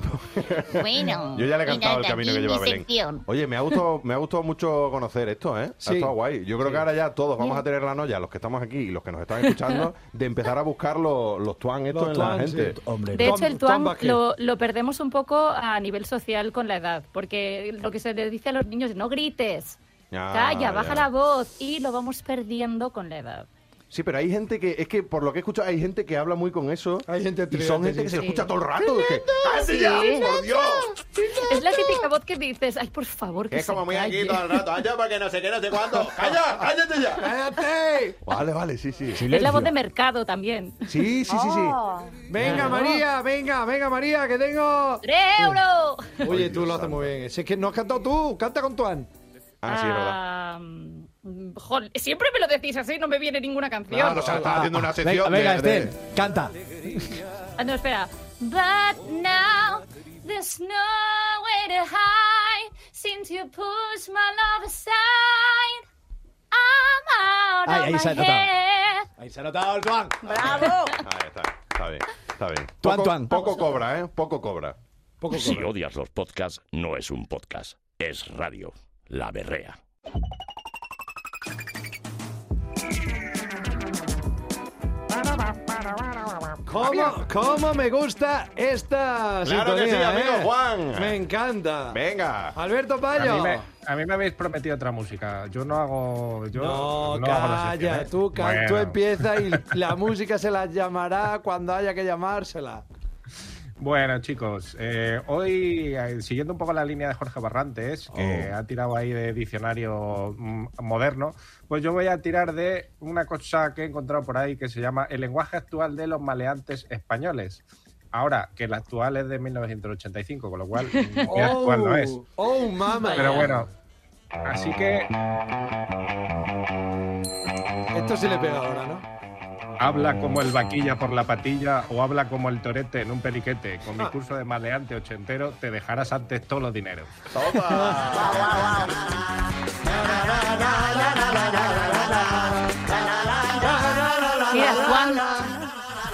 Bueno. Yo ya le he y cantado el nada, camino aquí que lleva mi Belén. sección. Oye, me ha gustado, me ha gustado mucho conocer esto, ¿eh? Sí. Ha estado guay. Yo creo que ahora ya todos vamos a tener la noya, los que estamos aquí y los que nos están escuchando, de empezar a buscar los, los tuan estos Los en la tuan, gente. sí. De hecho, el tuan lo, lo perdemos un poco a nivel social con la edad, porque lo que se le dice a los niños es no grites, calla, baja la voz, y lo vamos perdiendo con la edad. Sí, pero hay gente que, es que por lo que he escuchado, hay gente que habla muy con eso. Hay gente y son triste, gente sí. que se lo Sí. escucha todo el rato. Es que, ¡Cállate ya, por Dios! Es la típica voz que dices, ay, por favor, que Es como se muy aquí calle". todo el rato. ¡Allá para que no sé qué, no sé cuánto! ¡Calla, cállate ya! ¡Cállate! Vale, vale, sí, sí. Es la voz de mercado también. Sí, sí, sí, sí. Oh, Venga, Ah. María, venga, venga, María, que tengo. ¡Tres euros! Oye, tú lo haces muy bien. Si es que no has cantado tú, canta con Tuan. Ah, sí, es verdad. Ah, mm, jol, siempre me lo decís así, no me viene ninguna canción. Claro, o sea, estaba haciendo una sección Ah, Venga, de- venga, de- Estel, canta. Ah, no, espera. But now there's no way to hide since you pushed my love aside. I'm out Ay, of ahí my se ha notado. head. Ahí se ha notado el Tuan. ¡Bravo! Ahí está, está bien, está bien. Tuan, Poco, tuan. poco cobra, ¿eh? Poco cobra. Poco Si odias los podcasts, no es un podcast, es radio. La berrea. ¿Cómo, cómo me gusta esta Claro que sintonía, sí, amigo eh? Juan. Me encanta. Venga. Alberto A Payo. mí, me, a mí me habéis prometido otra música. Yo no hago. Yo No, hago las calla, secciones. tú, ca- Bueno, tú empieza y la música se la llamará cuando haya que llamársela. Bueno, chicos, eh, hoy, eh, siguiendo un poco la línea de Jorge Barrantes, que ha tirado ahí de diccionario mm, moderno, pues yo voy a tirar de una cosa que he encontrado por ahí que se llama el lenguaje actual de los maleantes españoles. Ahora, que el actual es de 1985, con lo cual, mm, qué actual no es. oh, mamá. Pero bueno, así que Esto sí le pega ahora, ¿no? Habla como el vaquilla por la patilla o habla como el torete en un periquete. Con mi curso de maleante ochentero te dejarás antes todos los dineros. Mira, Juan,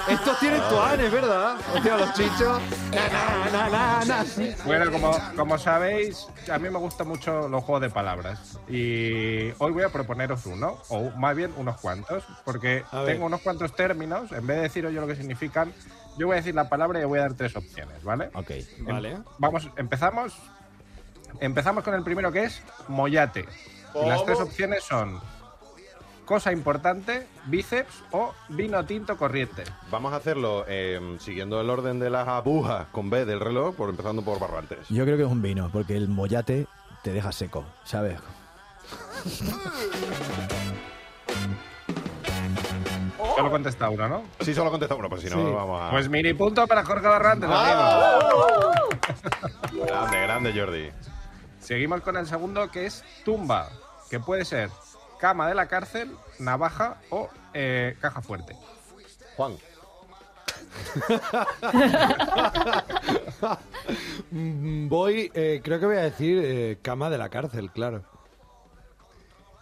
Estos tienen tuanes, ¿verdad? Hostia, los chichos. Na, na, na, na, na. Bueno, como, como sabéis, a mí me gustan mucho los juegos de palabras. Y hoy voy a proponeros uno, o más bien unos cuantos, porque A ver. tengo unos cuantos términos. En vez de deciros yo lo que significan, yo voy a decir la palabra y voy a dar tres opciones, ¿vale? Ok. Vale. Vamos, empezamos. Empezamos con el primero que es mollate. Y las ¿Cómo? tres opciones son cosa importante, bíceps o vino tinto corriente. Vamos a hacerlo eh, siguiendo el orden de las agujas con B del reloj, por empezando por Barrantes. Yo creo que es un vino, porque el mollate te deja seco, ¿sabes? Solo contesta uno, ¿no? Sí, solo contesta uno, pues si no, Sí. vamos Ah. a. Pues mini punto para Jorge Barrantes, amigos. ¡Ah! Grande, grande, Jordi. Seguimos con el segundo que es tumba, que puede ser cama de la cárcel, navaja o eh, caja fuerte. Juan. Mm, Voy, eh, creo que voy a decir eh, cama de la cárcel, claro.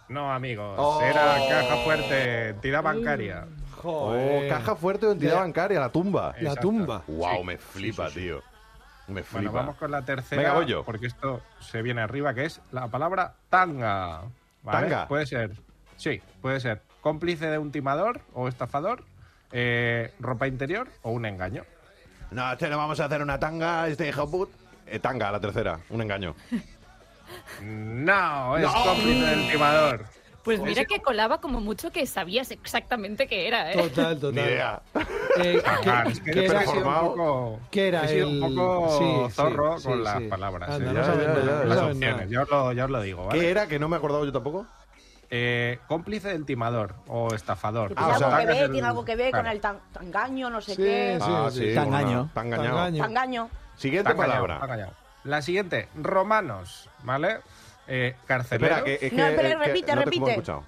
No, amigos, Oh. era caja fuerte, tira bancaria. Oh, caja fuerte de entidad Ya. bancaria, la tumba. La Exacto. tumba. Wow, me flipa, tío. Me Bueno, flipa. vamos con la tercera, Venga, voy yo. porque esto se viene arriba, que es la palabra tanga. ¿vale? ¿Tanga? Puede ser, sí, puede ser cómplice de un timador o estafador, eh, ropa interior o un engaño. No, este no vamos a hacer una tanga, este hijo put. Eh, tanga, la tercera, un engaño. No, es cómplice del timador. pues mira que colaba como mucho que sabías exactamente qué era, ¿eh? Total, Ni total. idea. Eh, Ah, es que ¿qué he era, sido un formado. poco, qué era he sido el- un poco Sí, sí, zorro sí, con las sí. palabras. Anda, eh, no ya, sabes ya, nada, ya, no las sabes opciones, nada. ya os, lo, ya os lo digo, ¿vale? ¿Qué era que no me acordaba yo tampoco? Eh, cómplice del timador o estafador. Ah, Tiene o algo sea, que Tanga es ver, el- tiene algo que ver con Claro. el tan- tangaño, no sé Sí, qué. sí. Ah, Tangaño. Tan engañado. Tangaño. Tangaño. Siguiente Está callado, palabra. está callado. La siguiente, romanos, ¿vale? Eh, carceleros, Espera, que, es que, No, espera, es que repite, no te hemos repite. escuchado.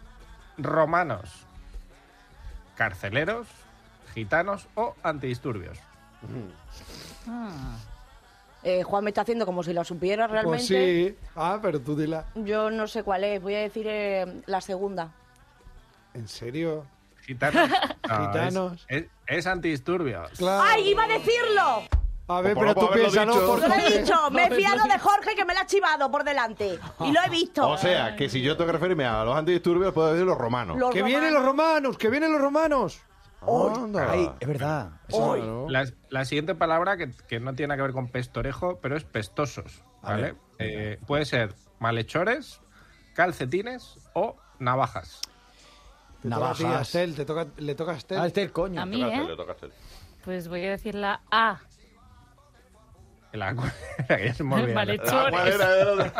romanos, carceleros, gitanos o antidisturbios. Eh, Juan me está haciendo como si lo supiera Pues realmente. sí. Ah, pero tú dila. Yo no sé cuál es, voy a decir eh, la segunda. ¿En serio? Gitanos. No, es- Gitanos. Es, Es antidisturbios. Ah. ¡Ay, iba a decirlo! A ver, Por pero no tú haberlo piensas, ¿no? dicho. Por Lo he qué? dicho, me he fiado de Jorge que me la ha chivado por delante. Y lo he visto. O sea, que si yo tengo que referirme a los antidisturbios, puedo decir los romanos. Los ¡Que romanos. vienen los romanos! ¡Que vienen los romanos! Ah, Anda. Ay, es verdad. Claro. La, la siguiente palabra, que, que no tiene nada que ver con pestorejo, pero es pestosos. ¿vale? Eh, puede ser malhechores, calcetines o navajas. Te toca a ti, Navajas. Astel, te toca, le toca a Astel. Ah, este es el coño. A mí, ¿eh? Pues voy a decir la A. La cu- ya se me olvida. Ah, Malhechores.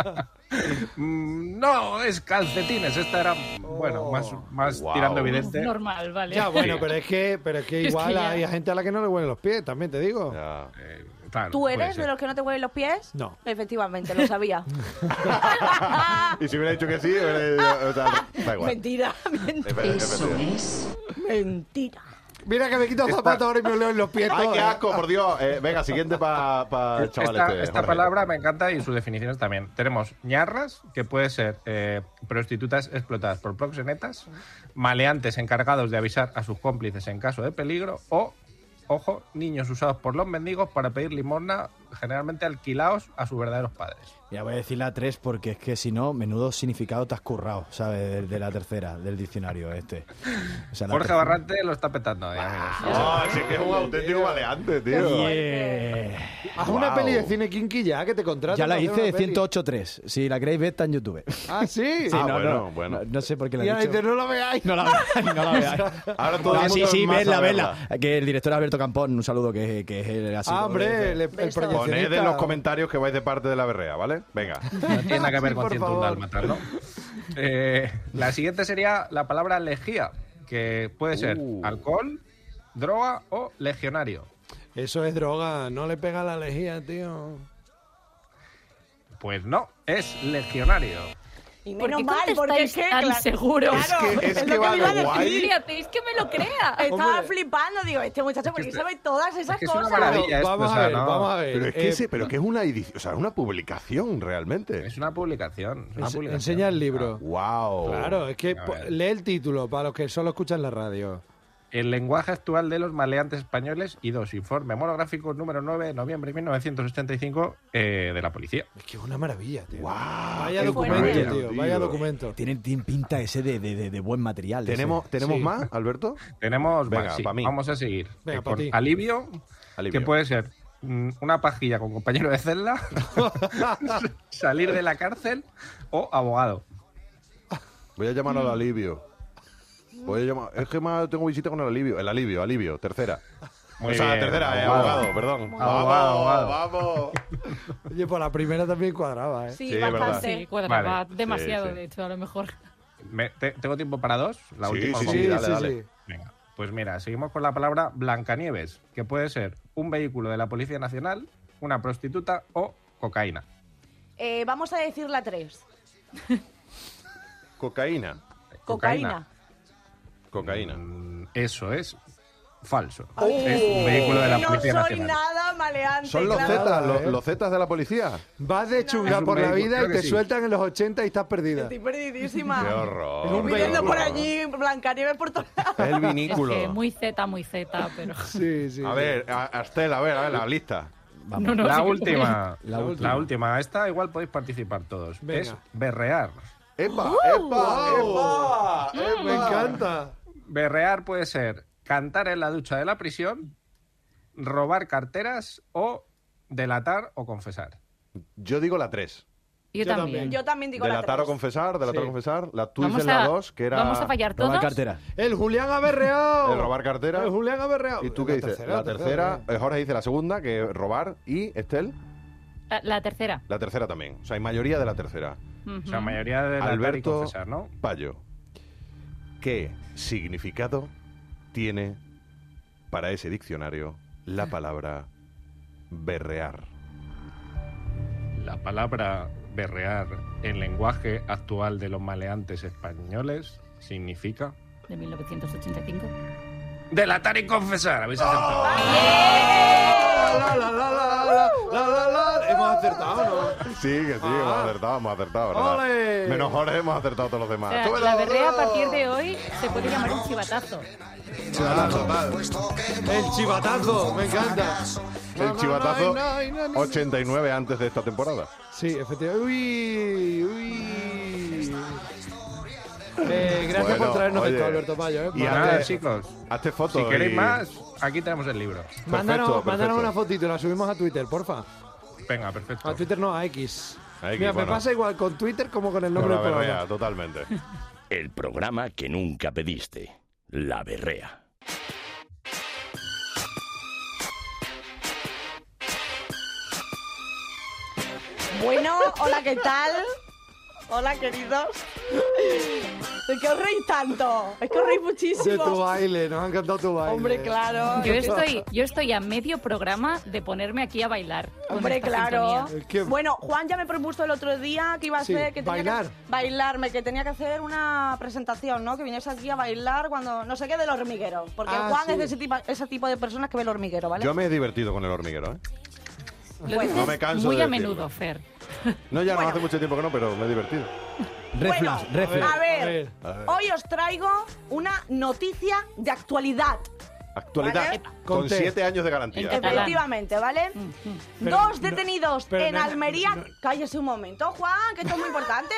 Mm, No, es calcetines. Esta era, bueno, más, más Wow. tirando Este- evidente. Normal, vale. Ya, bueno, Sí. pero es que, pero es que Es que igual ya- hay gente a la que no le huelen los pies, también te digo. Ya. Eh, claro, ¿Tú puede eres ser. de los que no te huelen los pies? No. Efectivamente, lo sabía. Y si hubiera dicho que sí, hubiera- o sea, da igual. Ah. mentira, Es mentira, verdad, es Eso verdad. es. mentira. Mira que me quito los zapatos ahora y me huelen los pies. Ay, todos, qué ¿eh? asco, por Dios. Eh, venga, siguiente para pa el chaval esta, este, esta Jorge. palabra me encanta y sus definiciones también. Tenemos ñarras, que puede ser eh, prostitutas explotadas por proxenetas, maleantes encargados de avisar a sus cómplices en caso de peligro o, ojo, niños usados por los mendigos para pedir limosna, generalmente alquilados a sus verdaderos padres. Ya voy a decir la 3 porque es que si no, menudo significado te has currado, ¿sabes? De, de la tercera, del diccionario este. O sea, la Jorge tercera. Barrante lo está petando. eh, amigos. Ah, sí que es un auténtico maleante, tío. Yeah. Haz una Wow. peli de cine kinky ya, que te contratan. Ya la para hacer una hice peli. 108.3. Si la queréis, ver está en YouTube. Ah, sí. Sí, Ah, no, bueno, no, bueno. No, no sé por qué la y he ahora dicho. dices, no lo veáis. Ah, No la veáis, no la veáis. Ahora todo No, el Ah, sí, mundo sí, más verla, a verla. verla. Que el director Alberto Campón, un saludo que, que es el así. Ah, hombre, el, el Poned en Poned proyeccionista. en los comentarios que vais de parte de la berrea, ¿vale? Venga. No tiene nada que ver Sí, con por 101 favor. dálmatas, ¿no? Eh, la siguiente sería la palabra legía, que puede ser alcohol, droga o legionario. Eso es droga, no le pega la lejía, tío. Pues no, es legionario. Y ¿Por menos qué mal, porque es contestáis que, tan claro, seguro? claro, Es que- es lo que va me de iba a decir. guay. Fíjate, es que me lo crea. Estaba Hombre. flipando, digo, este muchacho porque sabe todas esas es que es una cosas. maravilla. Pero es vamos a pesado, ver, ¿no? vamos a ver. Pero es que, Eh, ese- pero que es una edición, o sea, es una publicación realmente. Es una publicación. es una ens- publicación. enseña el libro. Wow. Claro, es que A po- ver. lee el título para los que solo escuchan la radio. El lenguaje actual de los maleantes españoles y dos, informe monográfico número 9 de noviembre de 1985 eh, de la policía. Es que es una maravilla, tío. Wow. Vaya Qué documento, bueno, tío. Vaya documento. Tiene, tiene pinta ese de, de- de- de buen material. ese. ¿Tenemos, ¿tenemos más, Alberto? Tenemos, Venga, más, sí, pa' mí. vamos a seguir. Venga, Eh, pa' con ti. alivio, Alivio. que puede ser mm, una pajilla con compañero de celda, salir de la cárcel o abogado. Voy a llamar al Mm. alivio. Voy a llamar. Es que más tengo visita con el alivio. El alivio, alivio, tercera. Muy o sea, bien, tercera, eh, abogado. abogado, perdón. Abogado, abogado. vamos. Oye, por la primera también cuadraba, ¿eh? Sí, Sí, es verdad. bastante. Sí, cuadraba Vale. demasiado, Sí, sí. de hecho, a lo mejor. Me- te- ¿Tengo tiempo para dos? La Sí, última. sí, ¿cómo? sí, dale, dale. Venga, pues mira, seguimos con la palabra Blancanieves, que puede ser un vehículo de la Policía Nacional, una prostituta o cocaína. Eh, vamos a decir la 3. Cocaína. Cocaína. Cocaína. Mm, Eso es falso. Es un vehículo de la No soy Policía Nacional. nada maleante. Son los claro. zetas, los, eh. los zetas de la policía. Vas de Es chunga un por la vehículo, vida creo y que te sí. sueltan en los 80 y estás perdida. Estoy Qué perdidísima. horror. En un qué Pidiendo vehículo. por horror. allí Blancanieves por todos lados. Es el Es vinículo. que muy Z, muy Z, pero... Sí, sí. A sí. ver, a- Astel, a ver, a ver, la lista. Vamos. No, no, sí La que- última, La la última. última. Esta igual podéis participar todos. Venga. Es berrear. ¡Uh! ¡Epa! ¡Epa! ¡Epa! ¡Epa! Me encanta. Berrear puede ser cantar en la ducha de la prisión, robar carteras o delatar o confesar. Yo digo la 3. Yo también. Yo también digo la Delatar o 3. confesar, delatar Sí. o confesar. La tú Vamos dices la a, 2, que era vamos a fallar todos. Robar cartera. El Julián ha berreado. el robar cartera. El Julián ha berreado. ¿Y tú qué dices? La tercera. eh, Jorge dice la segunda, que es robar. Y Estel, La, la tercera. la tercera también. O sea, hay mayoría de la tercera. Ujú. O sea, mayoría de delatar y Alberto confesar, ¿no? Payo. ¿Qué significado tiene para ese diccionario la palabra berrear? La palabra berrear en lenguaje actual de los maleantes españoles significa De 1985. delatar y Ah. confesar. ¿Habéis acertado? La, la, la, la, la, la, la, la, la. Hemos hemos acertado, ¿no? Sí, que sí, hemos acertado, hemos acertado, ¿verdad? Ah. ¡Ole! Menos Jorge hemos acertado todos los Ah, O demás. sea, ¡Súbelo, la berrea a súbelo! partir de hoy se puede llamar un chivatazo. Ah, Total. El chivatazo, me encanta. El chivatazo Ay, no, no, no, no. 89 antes de esta temporada. Sí, efectivamente. Uy, uy. Eh, gracias Bueno, por traernos oye. esto, Alberto Mayo. ¿eh? Y Pues Vale. nada, antes- chicos. Hazte fotos. Si queréis y- más, aquí tenemos el libro. Mándanos, perfecto, mándanos perfecto. una fotito, la subimos a Twitter, porfa. Venga, perfecto. A Twitter no, a X. A X, Mira, bueno. me pasa igual con Twitter como con el Con nombre la del programa. berrea, totalmente. El programa que nunca pediste, La Berrea. Bueno, hola, ¿qué tal? Hola, queridos. ¿De qué os reís tanto? Es que os reís De tu muchísimo. baile, nos ha encantado tu baile. Hombre, claro. Yo estoy, yo estoy a medio programa de ponerme aquí a bailar. con Hombre, esta claro. sintonía. Es que- Bueno, Juan ya me propuso el otro día que iba a Sí, hacer. Que tenía que- bailar. bailarme, que tenía que hacer una presentación, ¿no? Que viniese aquí a bailar cuando. No sé qué del hormiguero. Porque Ah, Juan sí. es de ese tipo, ese tipo de personas que ve el hormiguero, ¿vale? Yo me he divertido con el hormiguero, ¿eh? Lo Bueno. dices No me canso muy de a decirlo. menudo, Fer. No, ya no hace mucho tiempo que no, pero me he divertido. Red flash, red flash. A ver, A ver, hoy os traigo una noticia de actualidad. Actualidad, Vale. con Conté. 7 años de garantía. En- Catalán. Efectivamente, ¿vale? Pero Dos no- detenidos pero en no- Almería. Cállese un momento, Juan, que esto es muy importante.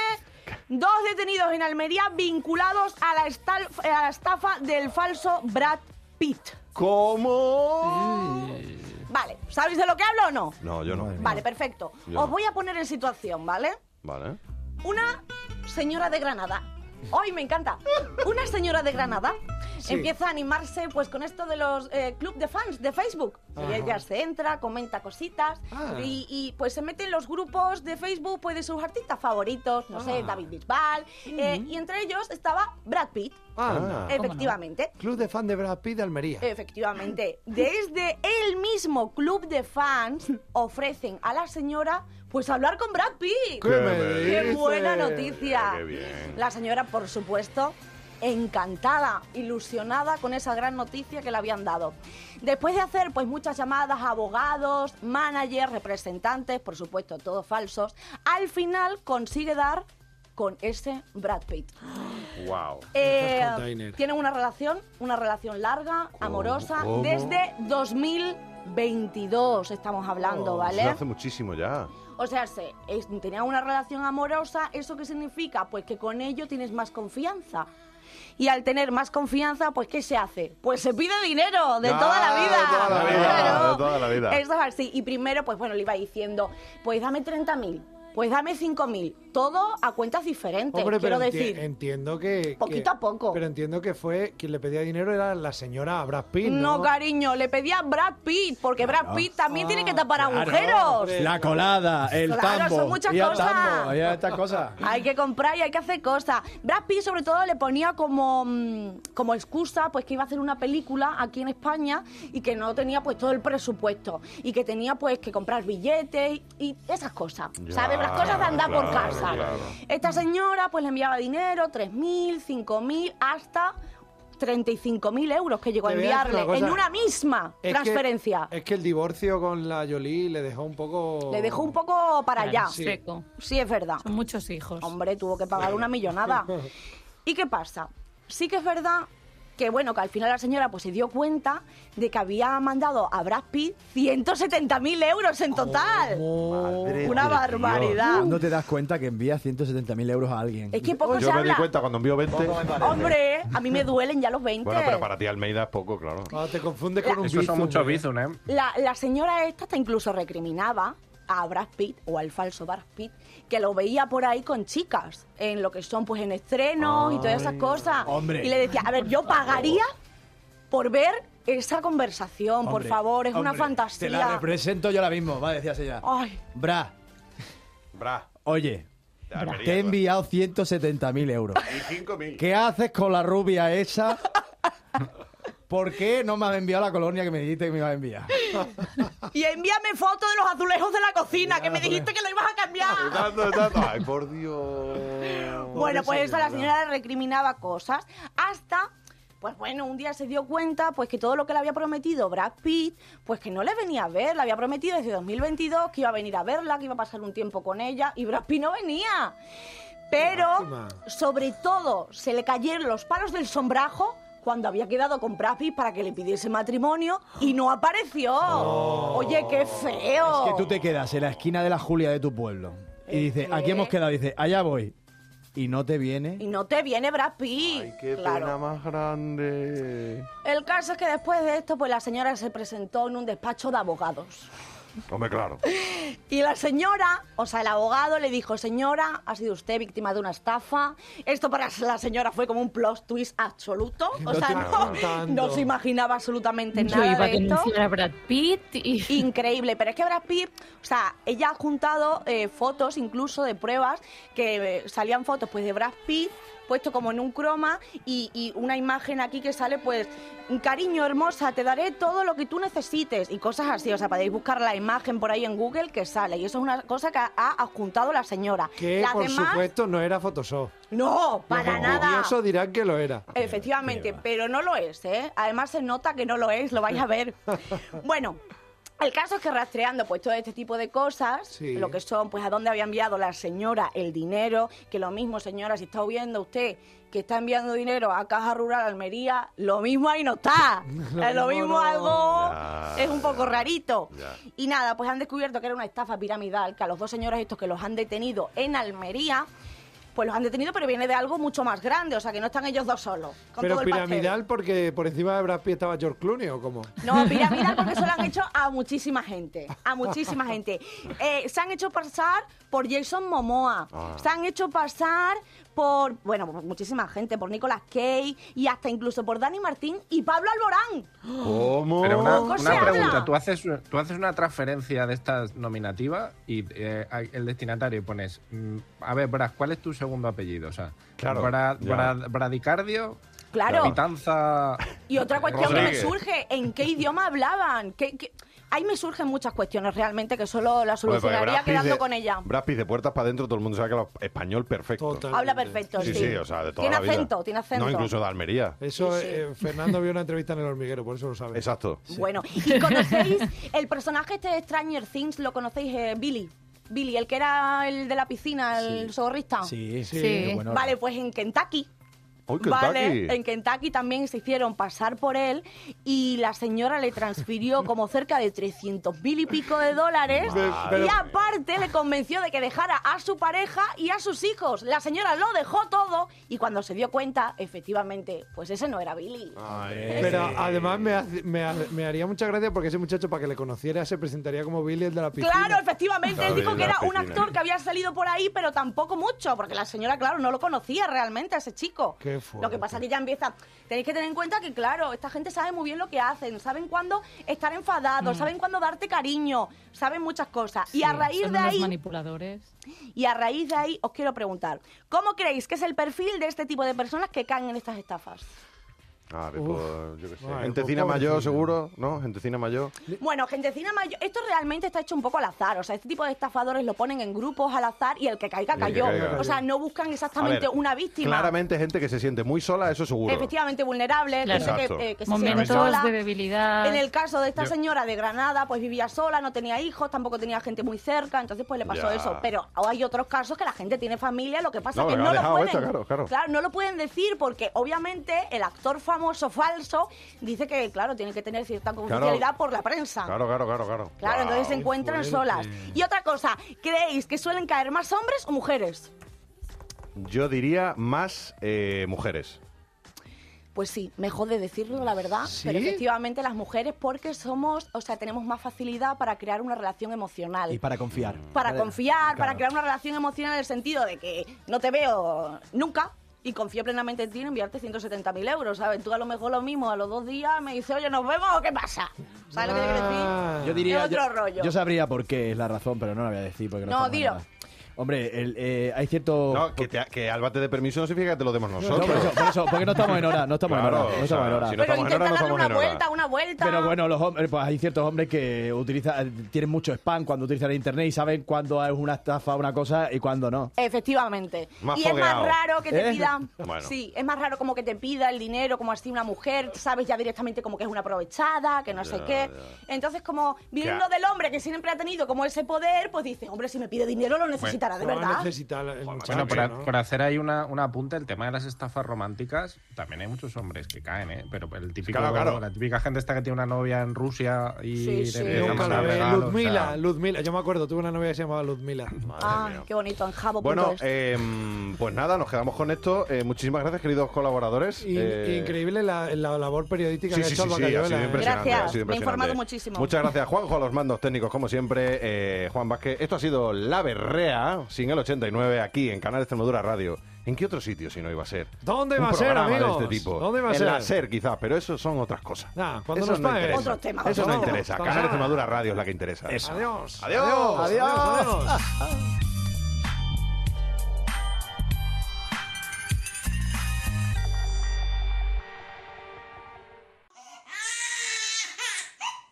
Dos detenidos en Almería vinculados a la, estal- a la estafa del falso Brad Pitt. ¿Cómo? Vale, ¿sabéis de lo que hablo o no? No, yo no. Vale, perfecto. Yo Os no. voy a poner en situación, ¿vale? Vale. Una señora de Granada. Hoy me encanta. Una señora de Granada empieza a animarse pues con esto de los eh, club de fans de Facebook. Y ella se entra, comenta cositas Ah. y, y, pues se mete en los grupos de Facebook pues de sus artistas favoritos, no sé, Ah. David Bisbal, eh, y entre ellos estaba Brad Pitt, anda. Ah. efectivamente. Club de fan de Brad Pitt de Almería. Eh, Efectivamente. Desde el mismo club de fans ofrecen a la señora pues hablar con Brad Pitt. ¿Qué qué me me ¡Qué dices? buena noticia! Ah, Qué bien. La señora, por supuesto, encantada, ilusionada con esa gran noticia que le habían dado. Después de hacer pues muchas llamadas a abogados, managers, representantes, por supuesto, todos falsos, al final consigue dar con ese Brad Pitt. Wow. Eh, Esas container. tienen una relación, una relación larga, amorosa, ¿Cómo? desde 2022 estamos hablando, ¿vale? Eso hace muchísimo Oh, ya. O sea, se, es- tenía una relación amorosa, ¿eso qué significa? Pues que con ello tienes más confianza. Y al tener más confianza, pues ¿qué se hace? Pues se pide dinero de Ah, toda la vida. de toda la vida, de toda la vida. Eso es así. Y primero, pues bueno, le iba diciendo, pues dame 30.000, pues dame 5.000. Todo a cuentas diferentes, Hombre, quiero pero enti- decir. entiendo que, que- Poquito a poco. Pero entiendo que fue quien le pedía dinero era la señora a Brad Pitt. No, No, cariño, le pedí a Brad Pitt, porque Brad Pitt también tiene que tapar Claro. agujeros. La colada, el Claro, tambo. son muchas y el cosas. tambo, y estas cosas. Hay que comprar y hay que hacer cosas. Brad Pitt sobre todo le ponía como, mm, como excusa pues que iba a hacer una película aquí en España y que no tenía pues todo el presupuesto y que tenía pues que comprar billetes y esas cosas. Ya, ¿Sabes? Las cosas de andar por claro, casa. claro. Esta señora pues le enviaba dinero, 3.000, 5.000, hasta 35.000 euros que llegó a Te voy a decir una enviarle en cosa. una misma Es que- transferencia. es que el divorcio con la Jolie le dejó un poco. Le dejó un poco para allá. Claro, Seco. Sí, es verdad. Son muchos hijos. Hombre, tuvo que pagar una millonada. ¿Y qué pasa? Sí que es verdad que, bueno, que al final la señora pues se dio cuenta de que había mandado a Brad Pitt 170.000 euros en total. Oh, Una barbaridad. ¿Cuándo te das cuenta que envías 170.000 euros a alguien? Uh. Es que poco se Yo me di habla. cuenta cuando envió 20. Hombre, a mí me duelen ya los 20. Bueno, pero para ti Almeida es poco, claro. Ah, te confundes con un Eso son bizum, muchos ¿eh? Bizum, ¿eh? La, la señora esta hasta incluso recriminaba a Brad Pitt o al falso Brad Pitt que lo veía por ahí con chicas en lo que son pues en estrenos y todas esas cosas hombre. y le decía a ver yo pagaría por ver esa conversación por Hombre, favor es una hombre, Te la fantasía represento yo ahora mismo, va, decía ella. Ay. Bra, Bra. oye, de Almería, te he bra. enviado 170.000 euros. Y 5.000. ¿Qué haces con la rubia esa? ¿Por qué no me has enviado la colonia que me dijiste que me ibas a enviar? y envíame fotos de los azulejos de la cocina que me dijiste que lo ibas a cambiar Tanto, tanto. Ay, por Dios. Bueno, pues eso, la señora le recriminaba cosas hasta Pues bueno, un día se dio cuenta pues que todo lo que le había prometido Brad Pitt, pues que no le venía a ver, le había prometido desde 2022 que iba a venir a verla, que iba a pasar un tiempo con ella y Brad Pitt no venía. Pero Lástima. sobre todo se le cayeron los palos del sombrajo cuando había quedado con Brad Pitt para que le pidiese matrimonio y no apareció. Oye, qué feo. Es que tú te quedas en la esquina de la Julia de tu pueblo y Oh. Es dices, que- aquí hemos quedado, dices, allá voy. Y no te viene. Y no te viene Brad Pitt. Ay, qué claro. pena más grande. El caso es que después de esto, pues la señora se presentó en un despacho de abogados. Hombre, claro. Y la señora, o sea, el abogado le dijo, señora, ha sido usted víctima de una estafa. Esto para la señora fue como un plot twist absoluto. O No sea, te no, contando. no se imaginaba absolutamente Yo nada iba a de esto. denunciar a Brad Pitt y... Increíble, pero es que Brad Pitt, o sea, ella ha juntado eh, fotos incluso de pruebas que eh, salían fotos pues de Brad Pitt puesto como en un croma y, y una imagen aquí que sale pues cariño hermosa te daré todo lo que tú necesites y cosas así o sea podéis buscar la imagen por ahí en Google que sale y eso es una cosa que ha, ha adjuntado la señora Que las por demás supuesto no era Photoshop. no para Y nada eso dirán que lo era. Efectivamente, pero no lo es, ¿eh? Además se nota que no lo es, lo vais a ver. bueno, el caso es que rastreando pues todo este tipo de cosas, Sí. lo que son pues a dónde había enviado la señora el dinero, que lo mismo señora, si está viendo usted que está enviando dinero a Caja Rural Almería, lo mismo ahí no está. Lo Eh, lo mismo mismo no. algo Ya, es un poco ya, rarito. ya. Y nada, pues han descubierto que era una estafa piramidal, que a los dos señores estos que los han detenido en Almería, pues los han detenido, pero viene de algo mucho más grande, o sea que no están ellos dos solos. Con Pero todo el pastel. piramidal porque por encima de Brad Pitt estaba George Clooney o cómo. No, piramidal porque eso lo han hecho a muchísima gente, a muchísima gente. Eh, se han hecho pasar por Jason Momoa, Ah. se han hecho pasar por, bueno, por muchísima gente, por Nicolas Cage y hasta incluso por Dani Martín y Pablo Alborán. ¿Cómo? Pero una, ¿Cómo se una Oh, habla? pregunta, ¿Tú haces, tú haces una transferencia de estas nominativas y eh, hay- el destinatario pones, mm, a ver, Brad, ¿cuál es tu segundo apellido? O sea, Claro, Brad- ya. Brad- Bradicardio, Claro. Pitanza... Y otra cuestión que me Rodríguez. surge, ¿en qué idioma hablaban? ¿Qué, qué? Ahí me surgen muchas cuestiones realmente que solo Hombre, la porque solucionaría Brad Pitt quedando de- con ella. Brad Pitt de puertas para adentro, todo el mundo sabe que habla español perfecto. Total. Habla perfecto, Sí, sí. sí, o sea, de toda tiene la vida. acento, tiene acento. No, incluso de Almería. Eso, Sí, sí. eh, Fernando vio una entrevista en El Hormiguero, por eso lo sabe. Exacto. Bueno, ¿y conocéis el personaje este de Stranger Things? ¿Lo conocéis? eh, Billy. Billy, el que era el de la piscina, el Sí. socorrista. Sí, Sí. qué bueno. Vale, pues en Kentucky. Uy, Kentucky. Vale, en Kentucky también se hicieron pasar por él y la señora le transfirió como cerca de 300 mil y pico de dólares Madre y mía. aparte le convenció de que dejara a su pareja y a sus hijos. La señora lo dejó todo y cuando se dio cuenta, efectivamente, pues ese no era Billy. Ah, eh, Pero además me, hace- me ha- me haría mucha gracia porque ese muchacho, para que le conociera, se presentaría como Billy el de la piscina. Claro, efectivamente, Claro, él dijo en que la era un piscina. actor que había salido por ahí, pero tampoco mucho, porque la señora, claro, no lo conocía realmente a ese chico. Qué fuerte. Lo que pasa es que ya empieza... Tenéis que tener en cuenta que, claro, esta gente sabe muy bien lo que hacen, saben cuándo estar Mm. enfadados, saben cuándo darte cariño, saben muchas cosas. y a raíz son de unos ahí... manipuladores. Y a raíz de ahí os quiero preguntar, ¿cómo creéis que es el perfil de este tipo de personas que caen en estas estafas? A ver, Uf. pues, yo qué sé. Ay, pues, Gentecina pobrecina. mayor, seguro, ¿no? Gentecina mayor. Bueno, gentecina mayor, esto realmente está hecho un poco al azar. O sea, este tipo de estafadores lo ponen en grupos al azar y el que caiga El que cayó. caiga. O sea, no buscan exactamente A ver, una víctima. Claramente gente que se siente muy sola, eso seguro. Efectivamente vulnerable, Claro. gente que, Exacto. eh, que se siente sola. Momentos de debilidad. En el caso de esta Yo- señora de Granada, pues vivía sola, no tenía hijos, tampoco tenía gente muy cerca, entonces pues le pasó Ya. eso. Pero hay otros casos que la gente tiene familia, lo que pasa No, que pero no ha lo dejado pueden. esto, claro, claro. no lo pueden decir porque obviamente el actor famoso falso dice que, claro, tiene que tener cierta confidencialidad por la prensa. Claro, claro, claro, claro. Ah. Claro, Guau. entonces se encuentran solas. Y otra cosa, ¿creéis que suelen caer más hombres o mujeres? Yo diría más eh, mujeres. Pues sí, me jode decirlo, la verdad, pero ¿Sí? efectivamente las mujeres porque somos, o sea, tenemos más facilidad para crear una relación emocional. Y para confiar. para Eh, Vale. confiar, para Claro. crear una relación emocional en el sentido de que no te veo nunca y confío plenamente en ti en enviarte 170.000 euros, ¿sabes? Tú a lo mejor lo mismo, a los dos días me dices, oye, ¿nos vemos o qué pasa? ¿Sabes lo que te quiero decir? Ah. Yo diría. Es otro yo, rollo. yo sabría por qué es la razón, pero no la voy a decir. Porque No, está mal dilo. nada. Hombre, el, eh, hay cierto... Oh, No, que, te- que Alba te dé permiso no significa que te lo demos No, nosotros. por eso, por eso, porque no estamos en hora, no estamos Claro, en hora, no o estamos sea, en hora. si no Pero estamos en hora, intenta no darle estamos una en hora. vuelta, una vuelta. Pero bueno, los hombres, pues hay ciertos hombres que utilizan, tienen mucho spam cuando utilizan el internet y saben cuándo es una estafa, una cosa y cuándo no. Efectivamente. Más y es fogueado. más raro que te ¿Eh? pidan. Bueno. Sí, es más raro como que te pida el dinero, como así una mujer, sabes ya directamente como que es una aprovechada, que no sé Ya, qué. ya. Entonces, como viniendo Ya. del hombre que siempre ha tenido como ese poder, pues dice, hombre, si me pide dinero lo Lo necesitará va de a verdad. necesitar el Bueno, muchacho, por, ¿no? por hacer ahí una, una apunta, el tema de las estafas románticas, también hay muchos hombres que caen, ¿eh? Pero el típico, Claro, claro. la típica gente esta que tiene una novia en Rusia y Sí, le sí. empieza a Nunca mandar lo ve. regalos, o sea, Luzmila, Luzmila. Yo me acuerdo, tuve una novia que se llamaba Luzmila. Ah, mía. qué bonito, en jabo. Bueno, punto es. eh, pues nada, nos quedamos con esto. Eh, muchísimas gracias, queridos colaboradores. In- Eh, Increíble la, la labor periodística Sí, que sí, ha hecho sí, Alba sí, ha sido Cayuela, ¿eh? impresionante. Gracias, ha sido me he impresionante. informado muchísimo. Muchas gracias, Juanjo, a los mandos técnicos, como siempre. eh, Juan Vázquez, esto ha sido La Berrea, sin el 89, aquí en Canal Extremadura Radio. ¿En qué otro sitio si no iba a ser? ¿Dónde Un va a ser, programa de amigos? este tipo. ¿Dónde va a En ser? la SER, quizás, pero eso son otras cosas. Nah, cuando eso nos no paguen. interesa. Otros temas, Eso otros no temas. interesa. Vamos. Canal Extremadura Radio es la que interesa. Adiós. Adiós. Adiós. adiós.